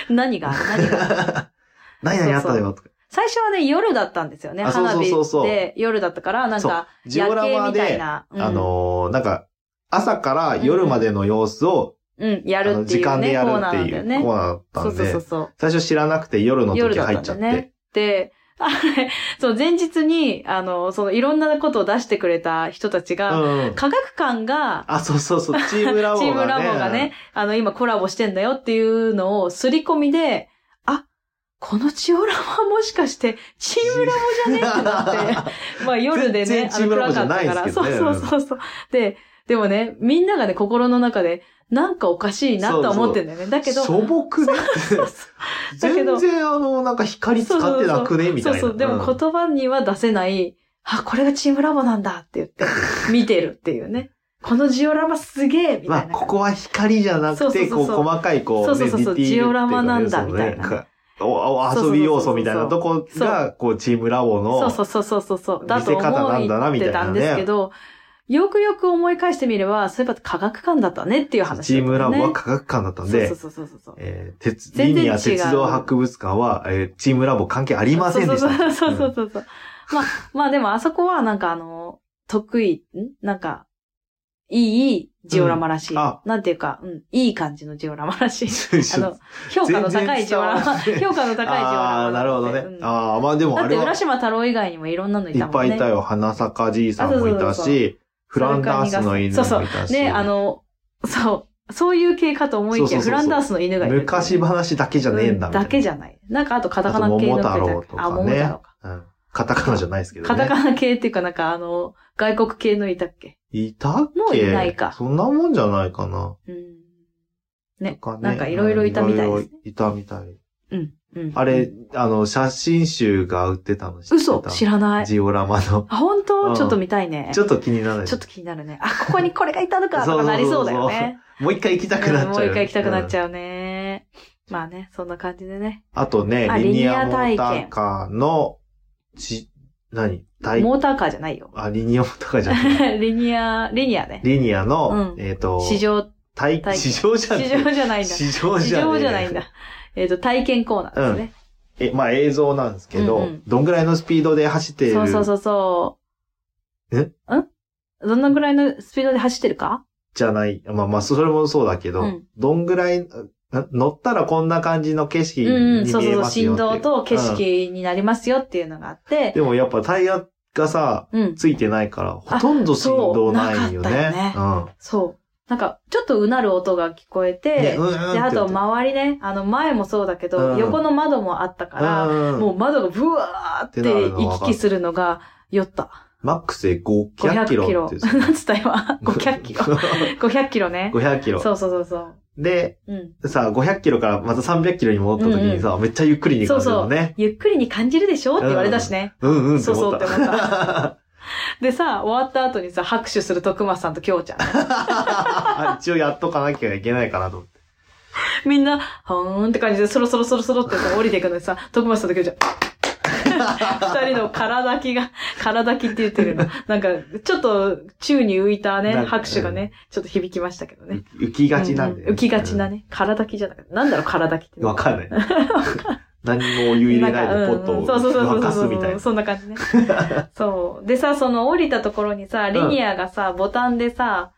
Speaker 2: 何が何が
Speaker 1: 何々あったよとか。
Speaker 2: 最初はね、夜だったんですよね。
Speaker 1: あそう
Speaker 2: 花
Speaker 1: そう
Speaker 2: 火
Speaker 1: そうそう
Speaker 2: で夜だったから、なん
Speaker 1: そう
Speaker 2: か、
Speaker 1: ジオ
Speaker 2: 夜
Speaker 1: ラ
Speaker 2: 景
Speaker 1: マ
Speaker 2: みたい
Speaker 1: で、
Speaker 2: な。うん
Speaker 1: あのーなんか、朝から夜までの様子を、
Speaker 2: うん、や
Speaker 1: あ
Speaker 2: る
Speaker 1: の
Speaker 2: ってい
Speaker 1: 時
Speaker 2: う
Speaker 1: 間で
Speaker 2: ね、
Speaker 1: や
Speaker 2: コ
Speaker 1: る
Speaker 2: ー
Speaker 1: っ
Speaker 2: ナー
Speaker 1: て
Speaker 2: なんだ
Speaker 1: いう
Speaker 2: よね
Speaker 1: コ。ーナーだった
Speaker 2: そうんそうそ
Speaker 1: で
Speaker 2: う、そう。
Speaker 1: 最初知らなくて夜の
Speaker 2: 夜
Speaker 1: 時
Speaker 2: だ
Speaker 1: 入
Speaker 2: った
Speaker 1: っ
Speaker 2: ん
Speaker 1: ちゃ
Speaker 2: だ
Speaker 1: っ
Speaker 2: ね
Speaker 1: て。。
Speaker 2: で、あれ、 そう、前日に、あの、その、いろんなことを出してくれた人たち
Speaker 1: う
Speaker 2: が、
Speaker 1: ん。
Speaker 2: 科学館が、
Speaker 1: あ、そうそうそう、チームラボが
Speaker 2: チ
Speaker 1: ね。
Speaker 2: ームラボがね、あの、今コラボしてんだよっていうのを、すり込みで、あ、このチオラはもしかして、チームラ ボじゃねってなって。まあ夜で
Speaker 1: 全然、
Speaker 2: ねあ
Speaker 1: チー
Speaker 2: の
Speaker 1: ムラ
Speaker 2: 暗
Speaker 1: ボじ
Speaker 2: か
Speaker 1: ゃ
Speaker 2: っ
Speaker 1: な
Speaker 2: た
Speaker 1: いで
Speaker 2: か
Speaker 1: す
Speaker 2: ら。
Speaker 1: け
Speaker 2: そ
Speaker 1: ど
Speaker 2: う
Speaker 1: ね
Speaker 2: そうそうそう。で、でもね、みんながね、心の中で、なんかおかしいなとは思ってんだよね。だけど、
Speaker 1: しょぼくね
Speaker 2: そうそうだけ
Speaker 1: 全
Speaker 2: ど
Speaker 1: 然あの、なんか光使ってなくねみたいな。
Speaker 2: そうそう、でも
Speaker 1: うん
Speaker 2: 言葉には出せない、あ、これがチームラボなんだって言って、見てるっていうね。このジオラマすげえみ
Speaker 1: ま
Speaker 2: た
Speaker 1: あ、
Speaker 2: いな。
Speaker 1: ここは光じゃな
Speaker 2: そう
Speaker 1: く
Speaker 2: そう
Speaker 1: て、
Speaker 2: そうそ
Speaker 1: こう、
Speaker 2: う
Speaker 1: 細かい、こう、ね
Speaker 2: そうそうそうそう
Speaker 1: ディテールってい
Speaker 2: ジオ
Speaker 1: うかね
Speaker 2: ラマなんだ
Speaker 1: その
Speaker 2: みたいな
Speaker 1: ねんかおお遊び要素みたいなとこが、こう、チームラボ
Speaker 2: そう
Speaker 1: の、
Speaker 2: そうそうそうそうそう。だと
Speaker 1: 見せ方なんだな
Speaker 2: 思っ
Speaker 1: みた
Speaker 2: て
Speaker 1: いなね
Speaker 2: たんですけど、よくよく思い返してみれば、そういえば科学館だったねっていう話、
Speaker 1: チームラボは科学館だったんで
Speaker 2: そう、そうそうそうそう。
Speaker 1: えー鉄、リ
Speaker 2: 全然違う
Speaker 1: ニア鉄道博物館は、えーチームラボ関係ありませんでした。
Speaker 2: そうそうそううそうそう。まあ、まあでもあそこはなんかあの、得意、んなんか、いいジオラマらしい、
Speaker 1: うんあ
Speaker 2: なんていうか、うん、いい感じのジオラマらしい。
Speaker 1: ん
Speaker 2: あの、評価の高いジオラマ。
Speaker 1: 全然伝わらない
Speaker 2: 評価の高いジオラマ。
Speaker 1: ああー、なるほどね。
Speaker 2: うん
Speaker 1: ああ、まあでも
Speaker 2: だ
Speaker 1: あ
Speaker 2: っ
Speaker 1: れ
Speaker 2: て
Speaker 1: は
Speaker 2: 浦、島太郎以外にもいろんなのい
Speaker 1: い
Speaker 2: た
Speaker 1: っ
Speaker 2: も
Speaker 1: ぱ
Speaker 2: ん
Speaker 1: い
Speaker 2: ね。
Speaker 1: いたよ。花坂じいさんもいた
Speaker 2: あそうそうそう
Speaker 1: し、フランダースの犬もいたし。
Speaker 2: そうそう。ね、あの、そう、そういう系かと思い
Speaker 1: そう
Speaker 2: き
Speaker 1: そう
Speaker 2: や、
Speaker 1: そうそ
Speaker 2: フ
Speaker 1: う
Speaker 2: ランダースの犬がいる。
Speaker 1: 昔話だけじゃねえんだ
Speaker 2: う
Speaker 1: みたいな。
Speaker 2: だけじゃない。なんかあとカタカナ
Speaker 1: あと
Speaker 2: 系の
Speaker 1: 桃
Speaker 2: 系
Speaker 1: 太郎
Speaker 2: じ
Speaker 1: と
Speaker 2: ゃなあ、
Speaker 1: か
Speaker 2: 桃
Speaker 1: ね
Speaker 2: 太郎か。
Speaker 1: うん。カタカナじゃないですけどね。
Speaker 2: カタカナ系っていうかなんかあの、外国系のいたっけ
Speaker 1: いたっけ
Speaker 2: もういないか
Speaker 1: そんなもんじゃないかな。
Speaker 2: うん。ね。
Speaker 1: かね
Speaker 2: なんかいろいろいたみたいですね
Speaker 1: うんろろいたみたい。
Speaker 2: うん。うん。
Speaker 1: あれ、あの、写真集が売ってたの知ってた
Speaker 2: 嘘知らない。
Speaker 1: ジオラマの。
Speaker 2: あ、本当、
Speaker 1: うん
Speaker 2: ちょっと見たいね。
Speaker 1: ちょっと気にならない。
Speaker 2: ちょっと気になるね。あ、ここにこれがいたのかとかなりそう だよね。
Speaker 1: もう一回行きたくなっちゃう。
Speaker 2: もう一回行きたくなっち
Speaker 1: うん。
Speaker 2: ゃうね。まあね、そんな感じでね。
Speaker 1: あとね
Speaker 2: あ、
Speaker 1: リニ
Speaker 2: リ
Speaker 1: ア
Speaker 2: ニ
Speaker 1: モ
Speaker 2: ア体
Speaker 1: ー
Speaker 2: 験
Speaker 1: ターカーの、ち、何体。
Speaker 2: モーターカーじゃないよ
Speaker 1: あ、リニアモーターカーじゃない。
Speaker 2: リニア、リニアね。
Speaker 1: リニアの、
Speaker 2: うん
Speaker 1: えっと、
Speaker 2: 市場、
Speaker 1: 体
Speaker 2: 体験
Speaker 1: 市場じゃない。
Speaker 2: 市場じゃないんだ。
Speaker 1: 市場
Speaker 2: 市
Speaker 1: じゃねえ
Speaker 2: 場じゃないんだ。えっと、体験コーナーですね。
Speaker 1: え、まあ映像なんですけど、
Speaker 2: うんうん
Speaker 1: どんぐらいのスピードで走っている
Speaker 2: そうそうそうそう。
Speaker 1: え
Speaker 2: んどのぐらいのスピードで走ってるか
Speaker 1: じゃない。まあまあ、それもそうだけど、
Speaker 2: うん
Speaker 1: どんぐらい、ん乗ったらこんな感じの景色に
Speaker 2: うん
Speaker 1: 見
Speaker 2: う
Speaker 1: え
Speaker 2: ん、そうそうそう、
Speaker 1: ますよっ
Speaker 2: 振
Speaker 1: ていう
Speaker 2: 動と景
Speaker 1: うん
Speaker 2: 色になりますよっていうのがあって、
Speaker 1: でもやっぱタイヤがさ、
Speaker 2: うん、
Speaker 1: ついてないから、ほとんど振動ないよね。
Speaker 2: そうなかったそう。なんか、ちょっとうなる音が聞こえ
Speaker 1: うん。ね
Speaker 2: て、
Speaker 1: うんうん
Speaker 2: で、あと
Speaker 1: って
Speaker 2: 周りね、あの前もそうだけ
Speaker 1: う
Speaker 2: ど、
Speaker 1: ん
Speaker 2: 横の窓もあったから、
Speaker 1: うんうん
Speaker 2: もう窓がブワーって
Speaker 1: ってなるの
Speaker 2: 行
Speaker 1: わか
Speaker 2: き
Speaker 1: る
Speaker 2: 来するのが酔った。
Speaker 1: マックスで500
Speaker 2: 500
Speaker 1: キ
Speaker 2: キ
Speaker 1: ロ
Speaker 2: ロ。
Speaker 1: って さ。
Speaker 2: なんつった 今 ?500 キロ。500キロね。
Speaker 1: 500キロ。
Speaker 2: そうそうそうそう。
Speaker 1: で、
Speaker 2: うん。
Speaker 1: さ、500キロからまた300キロに戻った時にさ、めっちゃゆっくりに感じるのね。
Speaker 2: ゆっくりに感じるでしょって言われたしね。
Speaker 1: うんうんって
Speaker 2: そう
Speaker 1: 思っ
Speaker 2: そう
Speaker 1: た。
Speaker 2: って思った。でさ、終わった後にさ、拍手する徳松さんと京ちゃん。
Speaker 1: あ一応やっとかなきゃいけないかなと思って。
Speaker 2: みんな、はーんって感じで、そろそろそろそろってさ降りていくのにさ、徳松さんと京ちゃん。二人の体きが、体きって言ってるの。なんか、ちょっと、宙に浮いたね、
Speaker 1: なんか
Speaker 2: 拍手がね、ちょっと響きましたけどね。
Speaker 1: 浮きがちなんで、
Speaker 2: うう浮きがちな。ね。体きじゃなくて、なんだろう、体きって。
Speaker 1: わかん ない。何もお湯入れないでポットを
Speaker 2: そうそうそうそ
Speaker 1: 沸
Speaker 2: う
Speaker 1: か
Speaker 2: そ
Speaker 1: す
Speaker 2: う
Speaker 1: みたいな。
Speaker 2: そんな感じね。 そう。でさ、その降りたところにさ、リニアがさ、ボタンでさ、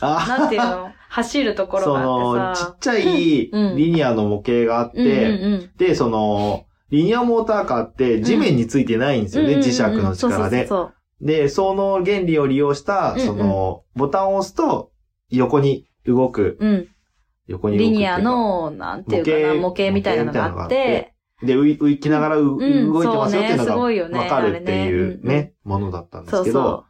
Speaker 1: あ
Speaker 2: なんていうの、走るところ
Speaker 1: そ
Speaker 2: があ
Speaker 1: の、
Speaker 2: って
Speaker 1: ち
Speaker 2: さ
Speaker 1: っ。ちゃい
Speaker 2: うん
Speaker 1: リニアの模型があって、
Speaker 2: うんうんうん
Speaker 1: で、その、リニアモーターカーって地面についてないんですよね、
Speaker 2: うんうんうん
Speaker 1: 磁石の力で。
Speaker 2: そう
Speaker 1: で、その原理を利用した、
Speaker 2: うんうん
Speaker 1: その、ボタンを押すと、横に動く、
Speaker 2: そうそうそう
Speaker 1: 横
Speaker 2: うん。
Speaker 1: に動く
Speaker 2: リ
Speaker 1: っていう
Speaker 2: ニ
Speaker 1: か。
Speaker 2: アの、なんていうかな、模
Speaker 1: 模
Speaker 2: 型
Speaker 1: 型
Speaker 2: みたいなのがあって、
Speaker 1: で、浮い浮きながらう、
Speaker 2: ん
Speaker 1: 動いてますよっていうの
Speaker 2: そうねす
Speaker 1: が
Speaker 2: ごいよね
Speaker 1: わかるっていう
Speaker 2: あれ
Speaker 1: ね、ものだったんで
Speaker 2: そ
Speaker 1: す
Speaker 2: う
Speaker 1: け
Speaker 2: そ
Speaker 1: ど、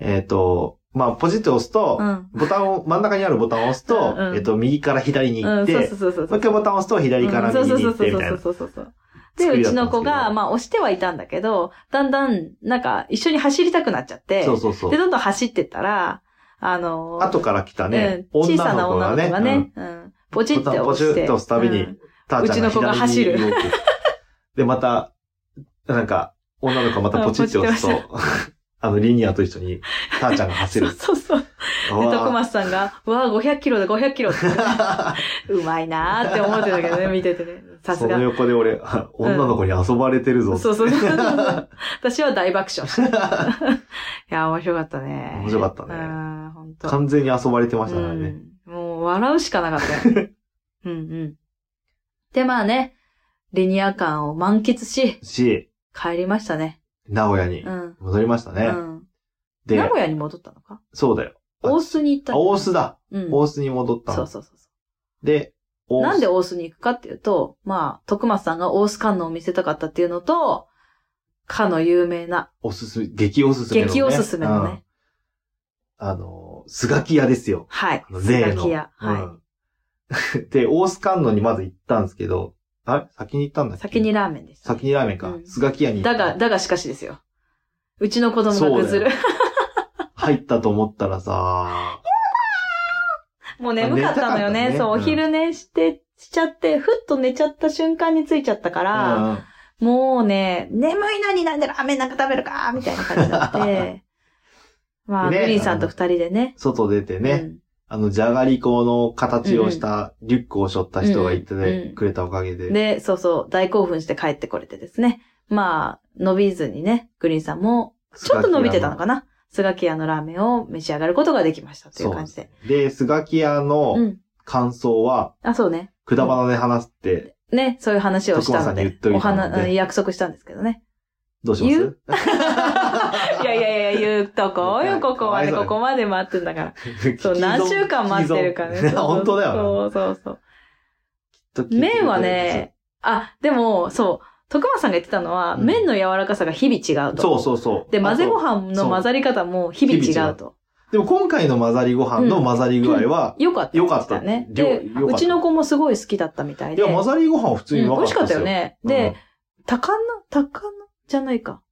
Speaker 1: えっと、まあ、ポチッと押す
Speaker 2: う。う
Speaker 1: と、
Speaker 2: ん。
Speaker 1: ボタンを、真ん中にあるボタンを押すと
Speaker 2: うんう、ん
Speaker 1: えっと、右から左に
Speaker 2: う
Speaker 1: 行っ
Speaker 2: ん、そう
Speaker 1: て
Speaker 2: そ、うそうそう。
Speaker 1: もう一回ボタンを押すと左から右に行って、みたい
Speaker 2: うん
Speaker 1: な。
Speaker 2: そうそうそうそうそうそうそう。で、
Speaker 1: 作
Speaker 2: う
Speaker 1: りだ
Speaker 2: ち
Speaker 1: ったんですけど
Speaker 2: の子が、まあ、押してはいたんだけど、だんだん、なんか、一緒に走りたくなっちゃって、
Speaker 1: そうそうそう
Speaker 2: で、。どんどん走ってったら、あのー
Speaker 1: 後から来たね、
Speaker 2: うん、小
Speaker 1: 女
Speaker 2: さ
Speaker 1: の
Speaker 2: な
Speaker 1: 子
Speaker 2: 女
Speaker 1: が
Speaker 2: の
Speaker 1: ね、
Speaker 2: 子が
Speaker 1: う
Speaker 2: ね
Speaker 1: ん、
Speaker 2: うん、ポチって押
Speaker 1: ポチ
Speaker 2: し
Speaker 1: ッ
Speaker 2: て。
Speaker 1: と押すたびに
Speaker 2: うん
Speaker 1: ターちゃんが左に
Speaker 2: うちの子が走る
Speaker 1: 動く。で、また、なんか、女の子がまたポチって押す
Speaker 2: うん
Speaker 1: と、 あの、リニアと一緒に、ターちゃんが走
Speaker 2: そう
Speaker 1: る。
Speaker 2: そうそう。 で、
Speaker 1: うわー
Speaker 2: 徳松さんが、うわあ、500キロだ、500キロって。 うまいなーって思ってたけどね、見ててね。さす
Speaker 1: そ
Speaker 2: が
Speaker 1: の。横で俺、女の子に遊ばれてるぞ。
Speaker 2: そう そう。私は大爆笑した。い や、面白かったね。
Speaker 1: 面白かったね
Speaker 2: うん、本当。
Speaker 1: 完全に遊ばれてましたからね。
Speaker 2: うん、もう笑うしかなかっ たよ。うんうん。で、まあね、リニア感を満喫し、
Speaker 1: し、
Speaker 2: 帰りましたね。
Speaker 1: 名古屋に
Speaker 2: うん。
Speaker 1: 戻りましたね。
Speaker 2: うん、
Speaker 1: で
Speaker 2: 名、古屋に戻ったのか
Speaker 1: そうだよ。あ
Speaker 2: 大須に行った
Speaker 1: あ、大須だ。
Speaker 2: うん。
Speaker 1: 大須に戻ったの
Speaker 2: そうそうそうそ
Speaker 1: で、
Speaker 2: う。
Speaker 1: 大須
Speaker 2: なんで大須に行くかっていうと、まあ、徳松さんが大須観音を見せたかったっていうのと、かの有名な、
Speaker 1: おすすめ、激おすすめのね。
Speaker 2: 激おすすめのね。
Speaker 1: うん。あの、スガキ屋ですよ。
Speaker 2: はい
Speaker 1: あ。の
Speaker 2: ス
Speaker 1: 例
Speaker 2: ガ
Speaker 1: の。
Speaker 2: キ屋。はい。
Speaker 1: うん で、大須観音にまず行ったんですけど、あれ先に行ったんだっけ
Speaker 2: 先に。ラーメンでした、
Speaker 1: 先にラーメンか
Speaker 2: う。ん
Speaker 1: スガキ屋に行った
Speaker 2: だが、だがしかしですよ。うちの子供がぐず
Speaker 1: そうだ
Speaker 2: る。
Speaker 1: 入ったと思ったらさ、
Speaker 2: もう眠かったのよ
Speaker 1: あ
Speaker 2: ね。
Speaker 1: 寝た
Speaker 2: そう、
Speaker 1: か
Speaker 2: お
Speaker 1: ったね
Speaker 2: 昼寝して、しちゃって、ふっと寝ちゃった瞬間についちゃったから、
Speaker 1: うん
Speaker 2: もうね、眠いのになんでラーメンなんか食べるかみたいな感じにな って、まあ、
Speaker 1: ね
Speaker 2: グリーンさんと二人でね。
Speaker 1: 外出てね、あの、じゃがりこの形をした、リュックを背負った人がいて
Speaker 2: うんうん
Speaker 1: くれたおかげ
Speaker 2: う
Speaker 1: で。
Speaker 2: ん。で、そうそう、大興奮して帰ってこれてですね。まあ、伸びずにね、グリーンさんも、ちょっと伸びてたのかなスガキ屋のラーメンを召し上がることができましたという感じで。
Speaker 1: で、スガキ屋
Speaker 2: う
Speaker 1: の
Speaker 2: ん。
Speaker 1: 感想は、
Speaker 2: あ、そうね。
Speaker 1: くだばなで話すって、
Speaker 2: ね、そういう話をし
Speaker 1: 徳
Speaker 2: たの
Speaker 1: 間さんに言
Speaker 2: で
Speaker 1: っ、とい
Speaker 2: お
Speaker 1: たので
Speaker 2: 花、うん約束したんですけどね。
Speaker 1: どうし ます
Speaker 2: いやいやいや、言っとこうよ、ここまで、
Speaker 1: かわいそ
Speaker 2: こ
Speaker 1: うに
Speaker 2: こまで待ってんだから。
Speaker 1: 聞き
Speaker 2: そう、
Speaker 1: 損
Speaker 2: 何週間待ってるか
Speaker 1: 聞き
Speaker 2: ね。
Speaker 1: 損 本当だよな。
Speaker 2: そうそうそう。
Speaker 1: きっと聞いてくれてる
Speaker 2: 麺はね、あ、でも、そう、徳間さんが言ってたのは、
Speaker 1: うん
Speaker 2: 麺の柔らかさが日々違うと。
Speaker 1: そうそうそう。
Speaker 2: で、混ぜご
Speaker 1: あと
Speaker 2: 飯
Speaker 1: そ
Speaker 2: の
Speaker 1: う
Speaker 2: 混ざり方も日々違うと。
Speaker 1: でも今回の混ざりご飯の混ざり具合は、
Speaker 2: よかった。
Speaker 1: よかった
Speaker 2: ね。
Speaker 1: 量
Speaker 2: で、
Speaker 1: よかった
Speaker 2: うちの子もすごい好きだったみたい
Speaker 1: い
Speaker 2: で。
Speaker 1: や、混ざりご飯は普通にう
Speaker 2: うん
Speaker 1: ま
Speaker 2: 美
Speaker 1: かっ
Speaker 2: 味したかっ
Speaker 1: ですよ。
Speaker 2: たよね。
Speaker 1: うん
Speaker 2: で、、高菜高菜じゃないか。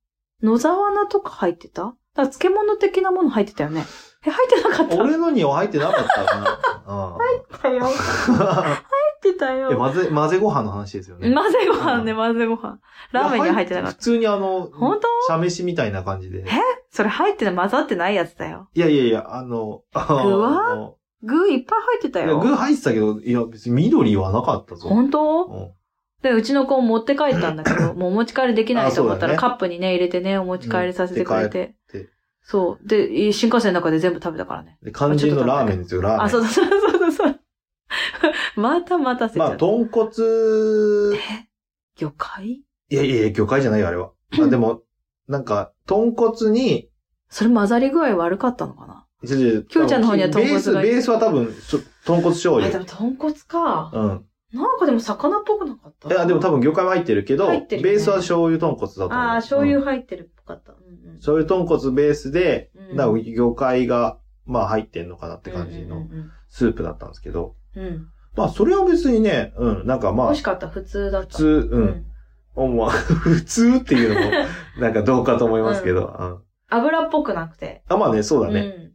Speaker 2: 野沢菜とか入ってただから漬物的なもの入ってたよね。え、入ってなかった
Speaker 1: 俺のには入ってなかったな。
Speaker 2: たよ。入ってた
Speaker 1: うんいや
Speaker 2: よ。
Speaker 1: 混ぜ、混ぜご飯の話ですよね。
Speaker 2: 混ぜご飯ね、混ぜご飯。ラーメンには入ってなかっ
Speaker 1: 普
Speaker 2: た。
Speaker 1: 通にあの、
Speaker 2: 本当
Speaker 1: 茶飯みたいな感じで。
Speaker 2: それ入ってない、混ざってないやつだよ。
Speaker 1: いやいやいや、あの、あ
Speaker 2: 具は
Speaker 1: の
Speaker 2: 具いっぱい入ってた
Speaker 1: いや、
Speaker 2: よ。
Speaker 1: 具入ってたけど、いや、別に緑はなかったぞ。
Speaker 2: 本当
Speaker 1: うん
Speaker 2: で、うちの子持って帰ったんだ けど、もうお持ち帰りできないと思ったら
Speaker 1: あそうだね
Speaker 2: カップにね、入れてね、お持ち帰りさせてく
Speaker 1: 持
Speaker 2: れて
Speaker 1: って帰っ。
Speaker 2: そう。で、新幹線の中で全部食べたからね。
Speaker 1: で肝心のラーメンですよ、ラーメン。
Speaker 2: あ、そうそうそうそうそう。 またまたせちゃ
Speaker 1: ま
Speaker 2: っ
Speaker 1: あ、
Speaker 2: た。
Speaker 1: 豚骨、
Speaker 2: 魚介
Speaker 1: いやいやいや、魚介じゃないよ、あれ は。まあでも、なんか、豚骨に、
Speaker 2: それ混ざり具合悪かったのかな
Speaker 1: ちょちょ
Speaker 2: きょうちゃんの方には豚骨が
Speaker 1: ベース、ベースは多分、しょ豚骨醤
Speaker 2: あ、で
Speaker 1: 油。
Speaker 2: も豚骨か。
Speaker 1: うん。
Speaker 2: なんかでも魚っぽくなかった。
Speaker 1: いや、でも多分魚介も入ってるけど、
Speaker 2: 入ってるよね
Speaker 1: ベースは醤油豚骨だと思う。
Speaker 2: ああ、醤
Speaker 1: う
Speaker 2: 油
Speaker 1: ん
Speaker 2: 入ってるっぽかった。うんうん
Speaker 1: 醤油豚骨ベースで、
Speaker 2: うん
Speaker 1: なんか魚介が、まあ入ってんのかなって感じ
Speaker 2: うん
Speaker 1: の
Speaker 2: うん
Speaker 1: スープだったんですけど、
Speaker 2: うんうん。
Speaker 1: まあそれは別にね、うん、なんか
Speaker 2: 美
Speaker 1: まあ
Speaker 2: 味し、かった、普通だっ
Speaker 1: 普
Speaker 2: た。
Speaker 1: 通、うん、。 思わ普通っていうのも、なんかどうかと思いますけど、うん
Speaker 2: 油っぽくなくて。
Speaker 1: あ、まあね、そうだ
Speaker 2: う
Speaker 1: ね。
Speaker 2: ん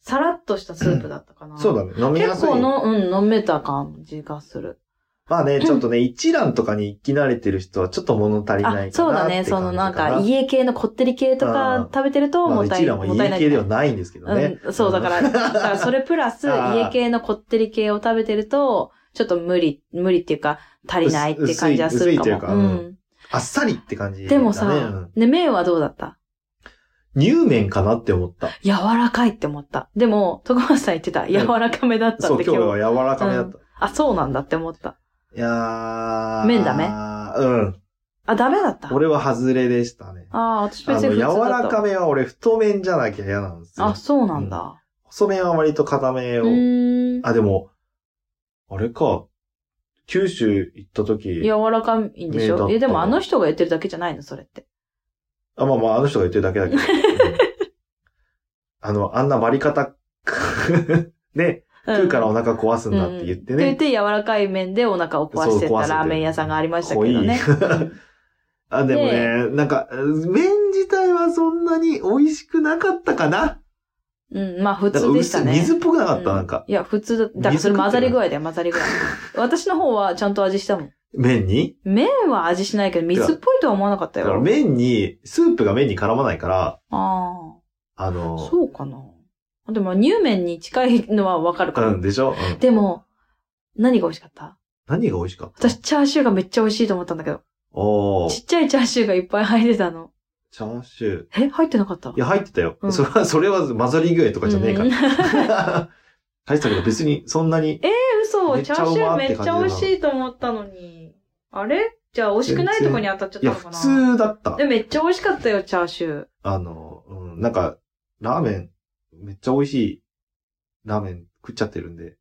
Speaker 2: さらっとしたスープだったかな。
Speaker 1: そうだね。飲みや
Speaker 2: 結
Speaker 1: すい。
Speaker 2: 構の、うん、飲めた感じがする。
Speaker 1: まあね、ちょっとね、 一覧とかに行き慣れてる人はちょっと物足りな
Speaker 2: あ、
Speaker 1: いか
Speaker 2: そう
Speaker 1: な
Speaker 2: だ
Speaker 1: って感
Speaker 2: ね。
Speaker 1: じ
Speaker 2: そのなんか、
Speaker 1: 家
Speaker 2: 家系のこってり系と
Speaker 1: うん
Speaker 2: か食べてるともったい
Speaker 1: 一
Speaker 2: な
Speaker 1: 覧
Speaker 2: い。
Speaker 1: は
Speaker 2: もったいな
Speaker 1: 家
Speaker 2: い
Speaker 1: 系ではないんですけどね。
Speaker 2: うん、そう、だ から、だからそれプラス、
Speaker 1: あー
Speaker 2: 家系のこってり系を食べてると、ちょっと無理、無理っていうか、足りないって感じはす
Speaker 1: 薄
Speaker 2: るか
Speaker 1: い薄いっていうか
Speaker 2: も。うん。
Speaker 1: あっさりって感じだね。
Speaker 2: でも
Speaker 1: う
Speaker 2: さ
Speaker 1: ん、
Speaker 2: ね、麺はどうだった
Speaker 1: 乳麺かなって思った。
Speaker 2: 柔らかいって思った。でも、徳松さん言ってた。柔らかめだった
Speaker 1: そ
Speaker 2: っ
Speaker 1: う、
Speaker 2: て
Speaker 1: 今
Speaker 2: 今
Speaker 1: 日
Speaker 2: 日。
Speaker 1: は柔らかめだった。
Speaker 2: あ、そうなんだって思った。
Speaker 1: いやー。
Speaker 2: 麺ダメ
Speaker 1: うん。
Speaker 2: あ、ダメだった。
Speaker 1: 俺は外れでしたね。
Speaker 2: ああ、私
Speaker 1: あ
Speaker 2: 別
Speaker 1: の、
Speaker 2: に普
Speaker 1: 柔
Speaker 2: 通だった。
Speaker 1: らかめは俺太麺じゃなきゃ嫌なんですよ
Speaker 2: あ、。そうなんだ。
Speaker 1: 細麺は割と硬め
Speaker 2: う
Speaker 1: を。
Speaker 2: ーん。
Speaker 1: あ、でも、あれか。九州行った時。
Speaker 2: 柔らかいんでし
Speaker 1: ねだっ
Speaker 2: ょ
Speaker 1: た
Speaker 2: え、でもあの人が言ってるだけじゃないのそれって。
Speaker 1: あ、まあまあ、あの人が言ってるだけだけど。うんあの、あんな割り方、ね、
Speaker 2: うん
Speaker 1: 食うからお腹壊すんだって言ってね。
Speaker 2: うんって言って柔らかい麺でお腹を壊して
Speaker 1: そう壊
Speaker 2: た
Speaker 1: してた
Speaker 2: ラーメン屋さんがありましたけどね。
Speaker 1: 濃 いあ、でもね、
Speaker 2: ね
Speaker 1: なんか、麺自体はそんなに美味しくなかったかな
Speaker 2: うん、まあ普
Speaker 1: なんか
Speaker 2: 通でした
Speaker 1: 薄い
Speaker 2: ね。
Speaker 1: 水っぽくなかった、
Speaker 2: うん
Speaker 1: なんか。
Speaker 2: いや、普通だ。だからそれ
Speaker 1: 水食ってる
Speaker 2: 混ざり具合だよ、混ざり具 合。私の方はちゃんと味したもん。
Speaker 1: 麺に
Speaker 2: 麺は味しないけど、水っぽいとは思わなかった
Speaker 1: だから
Speaker 2: よ。
Speaker 1: 麺に、スープが麺に絡まないから、
Speaker 2: あ
Speaker 1: あ
Speaker 2: あ、
Speaker 1: の、
Speaker 2: そうかな。でも、乳麺に近いのはわかるか
Speaker 1: う
Speaker 2: ら。
Speaker 1: んでしょ、うん
Speaker 2: でも、何が美味しかった
Speaker 1: 何が美味しかった
Speaker 2: 私、チャーシューがめっちゃ美味しいと思ったんだけど。
Speaker 1: お
Speaker 2: ち
Speaker 1: ー
Speaker 2: っちゃいチャーシューがいっぱい入ってたの。
Speaker 1: チャーシュー。
Speaker 2: え、入ってなかった
Speaker 1: いや、入ってたよ。
Speaker 2: うん
Speaker 1: それは、それは混ざり具合とかじゃねえか
Speaker 2: うん
Speaker 1: ら。入ってたけど別にそんなに。
Speaker 2: 嘘、
Speaker 1: めっち
Speaker 2: チ
Speaker 1: ゃ
Speaker 2: ャーシュー
Speaker 1: うまっ
Speaker 2: め
Speaker 1: て
Speaker 2: っ
Speaker 1: 感じ
Speaker 2: ち
Speaker 1: だ
Speaker 2: ゃ
Speaker 1: な
Speaker 2: 美味しいと思ったのに。あれじゃあ、美味しくないとこに当たっちゃっ
Speaker 1: い
Speaker 2: た
Speaker 1: や、
Speaker 2: のか
Speaker 1: 普
Speaker 2: な
Speaker 1: 通だった
Speaker 2: で、。めっちゃ美味しかったよ、チャーシュー。
Speaker 1: あの、うん、なんか、ラーメン、めっちゃ美味しいラーメン食っちゃってるんで、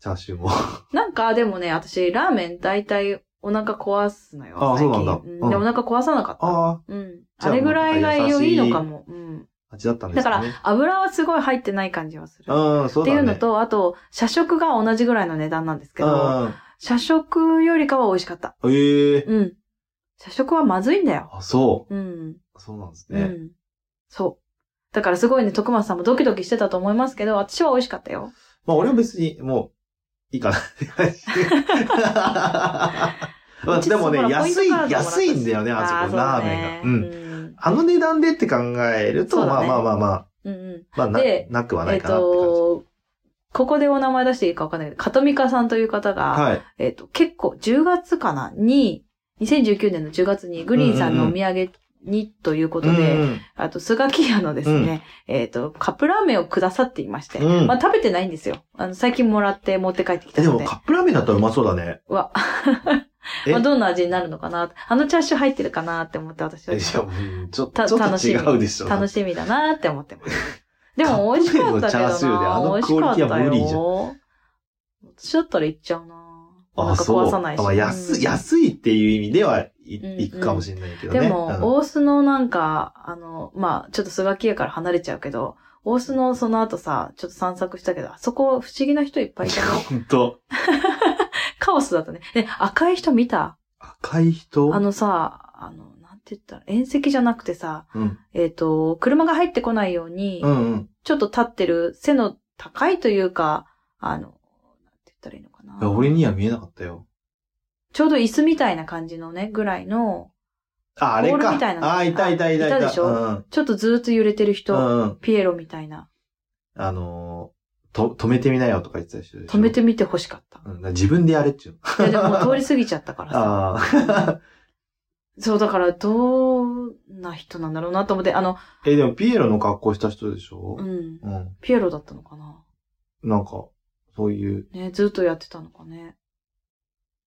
Speaker 1: チャーシューも。
Speaker 2: なんか、でもね、私、ラーメン大体お腹壊すのよ。
Speaker 1: あ
Speaker 2: 最近
Speaker 1: そうなんだうん
Speaker 2: で、お腹壊さなかった。
Speaker 1: あ
Speaker 2: うん。
Speaker 1: じゃ
Speaker 2: あ
Speaker 1: あ
Speaker 2: れぐらいが
Speaker 1: なんか優し
Speaker 2: い
Speaker 1: い
Speaker 2: いのかも。うん。
Speaker 1: あ、味だったんで
Speaker 2: だ
Speaker 1: す
Speaker 2: から
Speaker 1: ね。、
Speaker 2: 油はすごい入ってない感じはする。
Speaker 1: うん、そ
Speaker 2: っ
Speaker 1: う
Speaker 2: て
Speaker 1: だ
Speaker 2: い
Speaker 1: ね。
Speaker 2: うのと、あと、社食が同じぐらいの値段なんですけど、社食よりかは美味しかった。
Speaker 1: うん、ええ
Speaker 2: うん。社食はまずいんだよ。
Speaker 1: あ、そ
Speaker 2: うん。
Speaker 1: う。そうなんです
Speaker 2: う
Speaker 1: ね。
Speaker 2: ん。そう。だからすごいね、徳松さんもドキドキしてたと思いますけど、私は美味しかったよ。
Speaker 1: まあ、俺は別に、もう、いいかなって感じ。まあ、でもね、
Speaker 2: うちそ
Speaker 1: 安
Speaker 2: う
Speaker 1: い、
Speaker 2: ほらポイントカードもらったし
Speaker 1: 安いんだよね、あそこ、ラーメンが。う
Speaker 2: ー
Speaker 1: ん。
Speaker 2: そうだねうん。
Speaker 1: あの値段でって考える
Speaker 2: そ
Speaker 1: と、
Speaker 2: うだ
Speaker 1: まあ
Speaker 2: ね
Speaker 1: まあまあまあ、
Speaker 2: うんうん。
Speaker 1: まあな
Speaker 2: で、
Speaker 1: なくはな
Speaker 2: えっ、
Speaker 1: いかなって感じ。
Speaker 2: と、ここでお名前出していいかわかんないけど、カトミカさんという方が、
Speaker 1: はい。
Speaker 2: えっ、と、結構10月かなに、2019年の10月にグリーンさんのお土産にということで、
Speaker 1: うん
Speaker 2: あと、スガキ屋のですね、えっ、と、カップラーメンをくださっていまして、
Speaker 1: うん
Speaker 2: まあ食べてないんですよ。あの、最近もらって持って帰ってき
Speaker 1: え
Speaker 2: た
Speaker 1: で
Speaker 2: の
Speaker 1: も
Speaker 2: で。
Speaker 1: カップラーメンだったらうまそうだね。
Speaker 2: は、
Speaker 1: え
Speaker 2: まあ、どんな味になるのかなあのチャーシュー入ってるかなって思って私
Speaker 1: え
Speaker 2: は。
Speaker 1: いや、うんちょちょ
Speaker 2: た
Speaker 1: っと
Speaker 2: 楽しみ
Speaker 1: 違うでしょ。
Speaker 2: 楽
Speaker 1: し
Speaker 2: しみだなって思ってます。 でも美味しかったけど
Speaker 1: カップ麺のチャーシューであ
Speaker 2: な
Speaker 1: の
Speaker 2: 美味しか
Speaker 1: クオリ
Speaker 2: った
Speaker 1: ティは無理じゃん
Speaker 2: よ。私だったら行っちゃうなお
Speaker 1: あ、
Speaker 2: 腹
Speaker 1: そう。
Speaker 2: 壊さないし。
Speaker 1: まあ
Speaker 2: う
Speaker 1: 安、
Speaker 2: ん
Speaker 1: 安いっていう意味ではい、
Speaker 2: うん
Speaker 1: いくかもしれないけどね。
Speaker 2: で
Speaker 1: うん
Speaker 2: も、大須のなんか、あの、まあ、ちょっとスガキ屋から離れちゃうけど、大須のその後さ、ちょっと散策したけど、あそこ不思議な人いっぱいい たね。
Speaker 1: ほんと、
Speaker 2: カオスだったね。ね、赤い人見た
Speaker 1: 赤い人
Speaker 2: あのさ、あの、なんて言ったら、縁石じゃなくてさ、
Speaker 1: うん。
Speaker 2: えっ、と、車が入ってこないように、
Speaker 1: うんうん。
Speaker 2: ちょっと立ってる背の高いというか、あの、なんて言ったらいいのか
Speaker 1: いや
Speaker 2: な。
Speaker 1: 俺には見えなかったよ。
Speaker 2: ちょうど椅子みたいな感じのね、ぐらいの、
Speaker 1: あ、あれ
Speaker 2: ボール
Speaker 1: か。
Speaker 2: みたいなの
Speaker 1: あ、いたいたいたいた。
Speaker 2: いたでしょ
Speaker 1: うん
Speaker 2: ちょっとずーっと揺れてる
Speaker 1: う
Speaker 2: 人、
Speaker 1: んうん。
Speaker 2: ピエロみたいな。
Speaker 1: あのー、と、止めてみなよとか言ってた人でしょ
Speaker 2: 止めてみてほしかった。
Speaker 1: うん、だから自分でやれっちゅうの。
Speaker 2: いやでも通り過ぎちゃったからさ。
Speaker 1: ああ。
Speaker 2: そう、だからどんな人なんだろうなと思って、あの、
Speaker 1: え、でもピエロの格好した人でしょ
Speaker 2: うん、
Speaker 1: うん。
Speaker 2: ピエロだったのかな。
Speaker 1: なんか、そういう、
Speaker 2: ね、ずっとやってたのかね。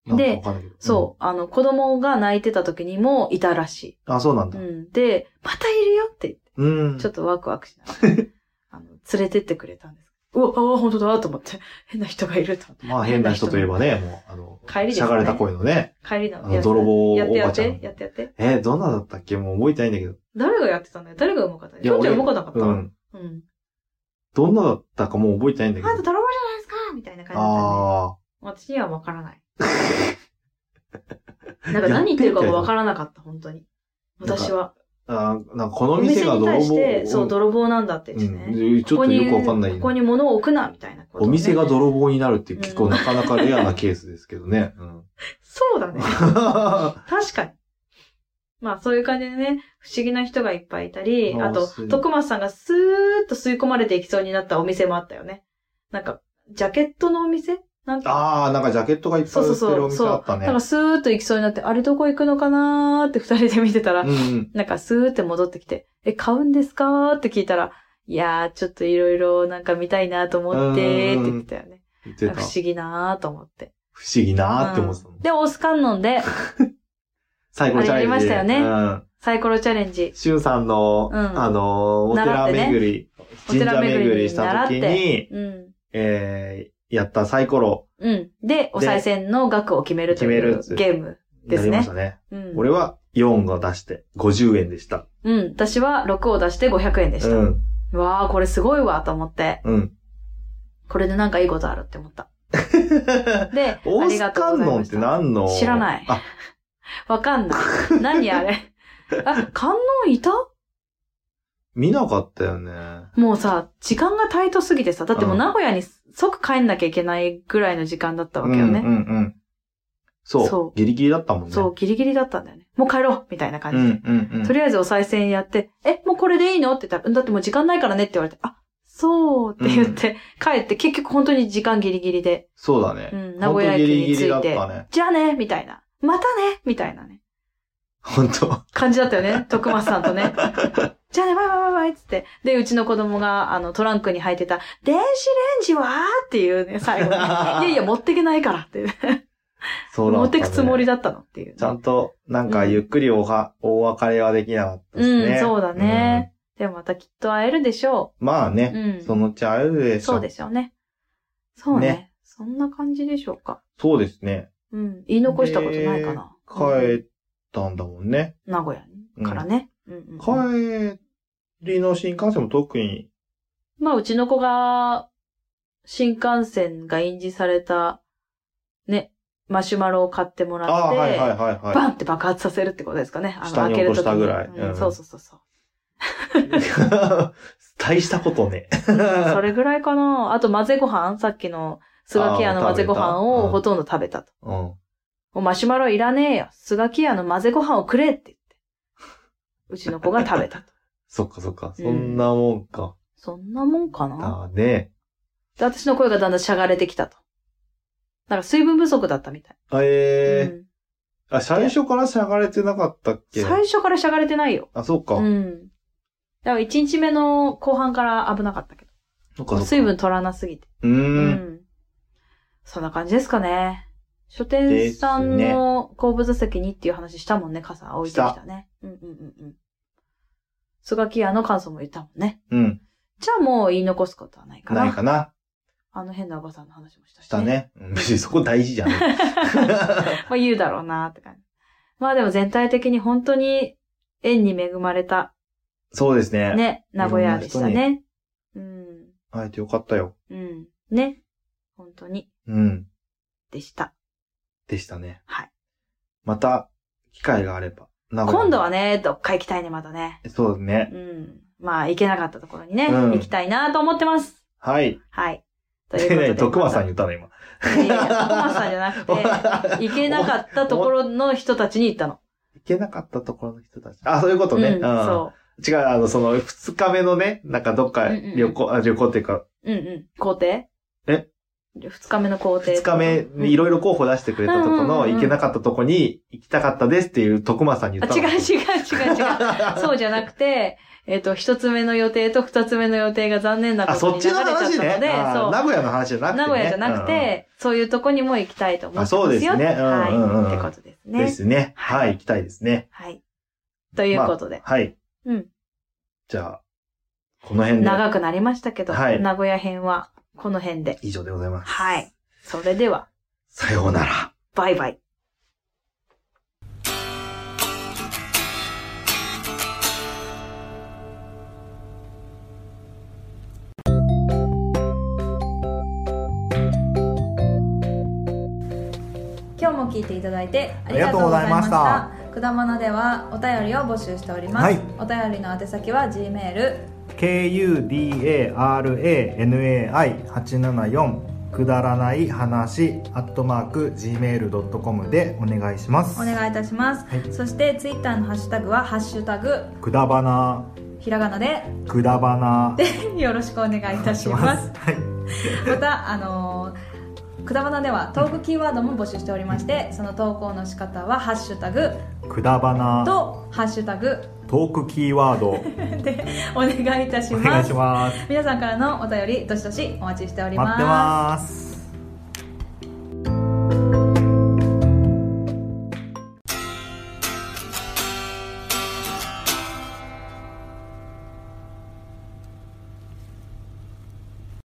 Speaker 1: なんか
Speaker 2: で
Speaker 1: わかんないけど。
Speaker 2: そう、あの、子供が泣いてた時にもいたらし
Speaker 1: うん。あ、そうなん
Speaker 2: い。う
Speaker 1: だ。
Speaker 2: ん。で、またいるよって言って、
Speaker 1: うん。
Speaker 2: ちょっとワクワクしながら、 あの、連れてってくれたんです。うわ、ああ、本当だと思って、変な人がいると思って。
Speaker 1: まあ変な人といえばね、もう、あの、
Speaker 2: 帰りですね
Speaker 1: しゃがれた声のね、
Speaker 2: 帰りな
Speaker 1: あの泥棒
Speaker 2: やってや
Speaker 1: おば
Speaker 2: っ
Speaker 1: ちゃ
Speaker 2: て
Speaker 1: ん、
Speaker 2: やってやって。
Speaker 1: えー、どんなだったっけもう覚えてないんだけど。
Speaker 2: 誰がやってたんだよ誰が上手かったの
Speaker 1: いや
Speaker 2: ちょんちゃん上
Speaker 1: 俺
Speaker 2: 手かなかった
Speaker 1: う
Speaker 2: うん
Speaker 1: ん。
Speaker 2: うん。
Speaker 1: どんなだったかもう覚えてないんだけ
Speaker 2: あんた
Speaker 1: ど。
Speaker 2: 泥棒じゃないですかみたいな感じだったね。
Speaker 1: あ
Speaker 2: 私にはわか らない。なんか何言ってるかもわからなかった、本当に。
Speaker 1: なんか
Speaker 2: 私は。
Speaker 1: ーあー、なんかこ
Speaker 2: お
Speaker 1: の
Speaker 2: 店
Speaker 1: 店が
Speaker 2: に
Speaker 1: 泥
Speaker 2: 対
Speaker 1: 棒。
Speaker 2: して、そう、
Speaker 1: ん
Speaker 2: 泥棒なんだって
Speaker 1: う
Speaker 2: 言ってね。
Speaker 1: ん、ちょっとよくわかんない
Speaker 2: ここに物を置くな、みたいなこと、
Speaker 1: お店が
Speaker 2: 棒。
Speaker 1: 泥棒になるって結
Speaker 2: う
Speaker 1: 構
Speaker 2: ん
Speaker 1: なかなかレアなケースですけどね。うん、
Speaker 2: そうだね。確かに。まあそういう感じでね、不思議な人がいっぱいいたり、
Speaker 1: あー
Speaker 2: あと
Speaker 1: す、
Speaker 2: 徳松さんがスーッと吸い込まれていきそうになったお店もあったよね。なんか、ジャケットのお店なんか。
Speaker 1: ああ、なんかジャケットがいっぱい売ってるお店あった
Speaker 2: だ
Speaker 1: ね。
Speaker 2: からスーッと行きそうになって、あれどこ行くのかなーって二人で見てたら、
Speaker 1: うんうん。
Speaker 2: なんかスーって戻ってきて、え、買うんですかって聞いたら、いやー、ちょっといろいろなんか見たいなと思って、って言ってたよね。
Speaker 1: 言って
Speaker 2: なん
Speaker 1: た。
Speaker 2: か
Speaker 1: 不思
Speaker 2: 不思議なーと思って。
Speaker 1: 議なーって思ってたの。
Speaker 2: で、オスカンノンで、
Speaker 1: 最後チャレンジで。
Speaker 2: あれやりましたよね
Speaker 1: うん。
Speaker 2: サイコロチャレンジ。
Speaker 1: しゅんさんの、
Speaker 2: うん
Speaker 1: あの、お寺巡り、
Speaker 2: 習ってね
Speaker 1: 神社巡りし
Speaker 2: お
Speaker 1: た
Speaker 2: 寺
Speaker 1: 時
Speaker 2: 巡りに
Speaker 1: に、
Speaker 2: 習うん。
Speaker 1: えー、やったサイコロ
Speaker 2: うん。で、お賽銭の額を決めると
Speaker 1: 決
Speaker 2: い
Speaker 1: める
Speaker 2: う
Speaker 1: っつ
Speaker 2: ゲーム。
Speaker 1: になりましたね。
Speaker 2: うん。
Speaker 1: 俺は4を出して50円でした。
Speaker 2: うん。私は6を出して500円でし
Speaker 1: う
Speaker 2: た。
Speaker 1: ん。
Speaker 2: わー、これすごいわと思って、
Speaker 1: うん。
Speaker 2: これでなんかいい ことあるって思った。で、
Speaker 1: オ
Speaker 2: あ
Speaker 1: ー
Speaker 2: り
Speaker 1: ス
Speaker 2: がとう
Speaker 1: 観
Speaker 2: ござい
Speaker 1: 音
Speaker 2: ま
Speaker 1: っ
Speaker 2: してた。
Speaker 1: 何の
Speaker 2: 知らない
Speaker 1: あ、
Speaker 2: わかんない。何あれ。あ、観音いた
Speaker 1: 見なかったよね。
Speaker 2: もうさ、時間がタイトすぎてさ、だってもううん名古屋に即帰んなきゃいけないぐらいの時間だったわけよね。
Speaker 1: うんうんうん。そう。
Speaker 2: そう
Speaker 1: ギリギリだったもんね。
Speaker 2: そう、ギリギリだったんだよね。もう帰ろうみたいな
Speaker 1: うんう
Speaker 2: 感じで。
Speaker 1: んうん。
Speaker 2: とりあえずお賽銭やって、え、もうこれでいいのって言ったら、うんだってもう時間ないからねって言われて、あ、そうって言って、帰って、結局本当に時間ギリギリで、
Speaker 1: そうだね。
Speaker 2: うん名古屋駅に着いて
Speaker 1: ほんとギリギリだったね。
Speaker 2: じゃあねみたいな。またねみたいなね。
Speaker 1: 本当
Speaker 2: 感じだった よね。徳松さんとね。じゃあね、バイバイバイバイっつって。で、うちの子供が、あの、トランクに入ってた、電子レンジはっていうね、最 後に。いやいや、持ってけないからって、
Speaker 1: そうだ
Speaker 2: 持ってくつもり
Speaker 1: だ
Speaker 2: だったのっていう、
Speaker 1: ったね。ちゃんと、なんかゆっくりおは、お別れはできなかったですね。
Speaker 2: うんそうだねでもまたきっと会えるでしょ
Speaker 1: うん。まあ
Speaker 2: う。う
Speaker 1: ね、
Speaker 2: ん。
Speaker 1: そのうち会えるでしょ。。
Speaker 2: そうですしょうね。そうね
Speaker 1: ね
Speaker 2: そんな感じでしょうか。
Speaker 1: そうですね。
Speaker 2: うん。言い残したことないかな。
Speaker 1: 帰ったんだもんね。
Speaker 2: 名古屋
Speaker 1: うん
Speaker 2: からね。うんうんうん
Speaker 1: 帰りの新幹線も特に、
Speaker 2: まあ、うちの子が、新幹線が印字された、ね、マシュマロを買ってもら
Speaker 1: あ
Speaker 2: って、
Speaker 1: あ、はいはいはいはい。
Speaker 2: バンって爆発させるってことですかね。あの
Speaker 1: 下に落としたぐらい
Speaker 2: 開ける時にうん
Speaker 1: うん
Speaker 2: そうそうそうそう。
Speaker 1: 大したことね。
Speaker 2: それぐらいかな。あと混ぜご飯さっきの、スガキ屋の
Speaker 1: あー
Speaker 2: 混ぜご飯
Speaker 1: 食べた
Speaker 2: を
Speaker 1: うん
Speaker 2: ほとんど食べたと。
Speaker 1: うん。
Speaker 2: もうマシュマロいらねえよ。スガキ屋の混ぜご飯をくれって言って。うちの子が 食べたと。
Speaker 1: そっかそっか。
Speaker 2: うん
Speaker 1: そんなもんか。
Speaker 2: そんなもんか
Speaker 1: だ
Speaker 2: な。
Speaker 1: ね。
Speaker 2: で、私の声がだんだんしゃがれてきたと。なんか水分不足だったみたい。
Speaker 1: あえ
Speaker 2: うん
Speaker 1: ーあ、最初からしゃがれてなかったっけ
Speaker 2: 最初からしゃがれてないよ。
Speaker 1: あ、そっか。
Speaker 2: うん。だから1日目の後半から危なかったけ
Speaker 1: そっかそっ
Speaker 2: ど。
Speaker 1: か。
Speaker 2: 水分取らなすぎて。
Speaker 1: うー。
Speaker 2: うんそんな感じですかね。書店さん
Speaker 1: です
Speaker 2: の後部座席にっていう話したもんね、傘置いてきたね。うんうんうんうん。スガキ屋の感想も言ったもんね。
Speaker 1: うん。
Speaker 2: じゃあもう言い残すことはないかな。
Speaker 1: ないかな。
Speaker 2: あの変なおばさんの話もしたし、
Speaker 1: した。ね。うん 別にそこ大事じゃん。
Speaker 2: まあ言うだろうなって感じ。まあでも全体的に本当に縁に恵まれた
Speaker 1: そうですね。
Speaker 2: ね、名古屋でした
Speaker 1: いろ
Speaker 2: ね。うん。
Speaker 1: 会えてよかったよ。
Speaker 2: うん。ね。本当に、
Speaker 1: うん。
Speaker 2: でした。
Speaker 1: でしたね。
Speaker 2: はい。
Speaker 1: また、機会があれば。名古屋
Speaker 2: 今度は。ね、どっか行きたいね、またね。
Speaker 1: そうですね。
Speaker 2: うん。まあ、行けなかったところにね、
Speaker 1: うん
Speaker 2: 行きたいなと思ってます。
Speaker 1: はい。
Speaker 2: はい。とい
Speaker 1: で
Speaker 2: うこと
Speaker 1: ね、
Speaker 2: で。
Speaker 1: 徳間さん言
Speaker 2: に。
Speaker 1: ったの今。
Speaker 2: いやいや徳間さんじゃな くて、行けなかったところの人たちに行ったの。
Speaker 1: 行けなかったところの人たち。あ、そういうことね。
Speaker 2: うん、そ
Speaker 1: 違う、あの、その、二日目のね、なんかどっか
Speaker 2: うんうんうん
Speaker 1: 旅行、あ旅行っていうか、
Speaker 2: う。うんうん。工程
Speaker 1: え
Speaker 2: 二日目の工程。
Speaker 1: 二日目にい
Speaker 2: ろ
Speaker 1: ろいろ候補出してくれたとこ
Speaker 2: うんうんう
Speaker 1: の、
Speaker 2: んうん
Speaker 1: 行けなかったとこに行きたかったですっていう徳間さんに言っ
Speaker 2: あ、
Speaker 1: た
Speaker 2: 違う
Speaker 1: の。
Speaker 2: 違う違う違う。 そうじ ゃなくて、えっ、と、一つ目の予定と二つ目の予定が残念なこ
Speaker 1: あ、
Speaker 2: と
Speaker 1: そ
Speaker 2: に
Speaker 1: っ
Speaker 2: 流
Speaker 1: ち
Speaker 2: れちゃ
Speaker 1: の
Speaker 2: ったの
Speaker 1: 話ね。
Speaker 2: で、
Speaker 1: あ
Speaker 2: そう。
Speaker 1: 名古屋の話じゃなくて、ね。
Speaker 2: 名古屋じゃなくて、そういうとこにも行きたいと思ってますよ。
Speaker 1: あそうですねうん
Speaker 2: はい、
Speaker 1: うんうん
Speaker 2: ってことです
Speaker 1: うんうん、で
Speaker 2: ね。
Speaker 1: すね。はい、行きたいですね。
Speaker 2: はい。ということで、
Speaker 1: はい。
Speaker 2: うん。
Speaker 1: じゃあ、この辺で、
Speaker 2: 長くなりましたけど、
Speaker 1: はい
Speaker 2: 名古屋編はこの辺で。
Speaker 1: 以上でございます。
Speaker 2: はい。それでは、
Speaker 1: さようなら。
Speaker 2: バイバイ。
Speaker 3: 今日も聞いていただいてありがとうございましたくだまなではお便りを募集しております、
Speaker 4: はい
Speaker 3: お便りの宛先は G メール
Speaker 4: kudaranai874 くだらない話アットマーク gmail.com でお願いします
Speaker 3: お願いいたします、
Speaker 4: はい
Speaker 3: そしてツイッターのハッシュタグは「ハッシュタグ
Speaker 4: くだばな
Speaker 3: ひらがなで
Speaker 4: くだばな」
Speaker 3: よろしくお願いいたします
Speaker 4: はい
Speaker 3: またあのーくだばなではトークキーワードも募集しておりましてその投稿の仕方は「ハッシュタグ
Speaker 4: くだば」な
Speaker 3: と「ハッシュタグ
Speaker 4: トークキーワード」
Speaker 3: でお願いいたし
Speaker 4: お願
Speaker 3: ま
Speaker 4: い
Speaker 3: す
Speaker 4: します
Speaker 3: 皆さんからのお便りどしどしお待ちしており
Speaker 4: 待ってます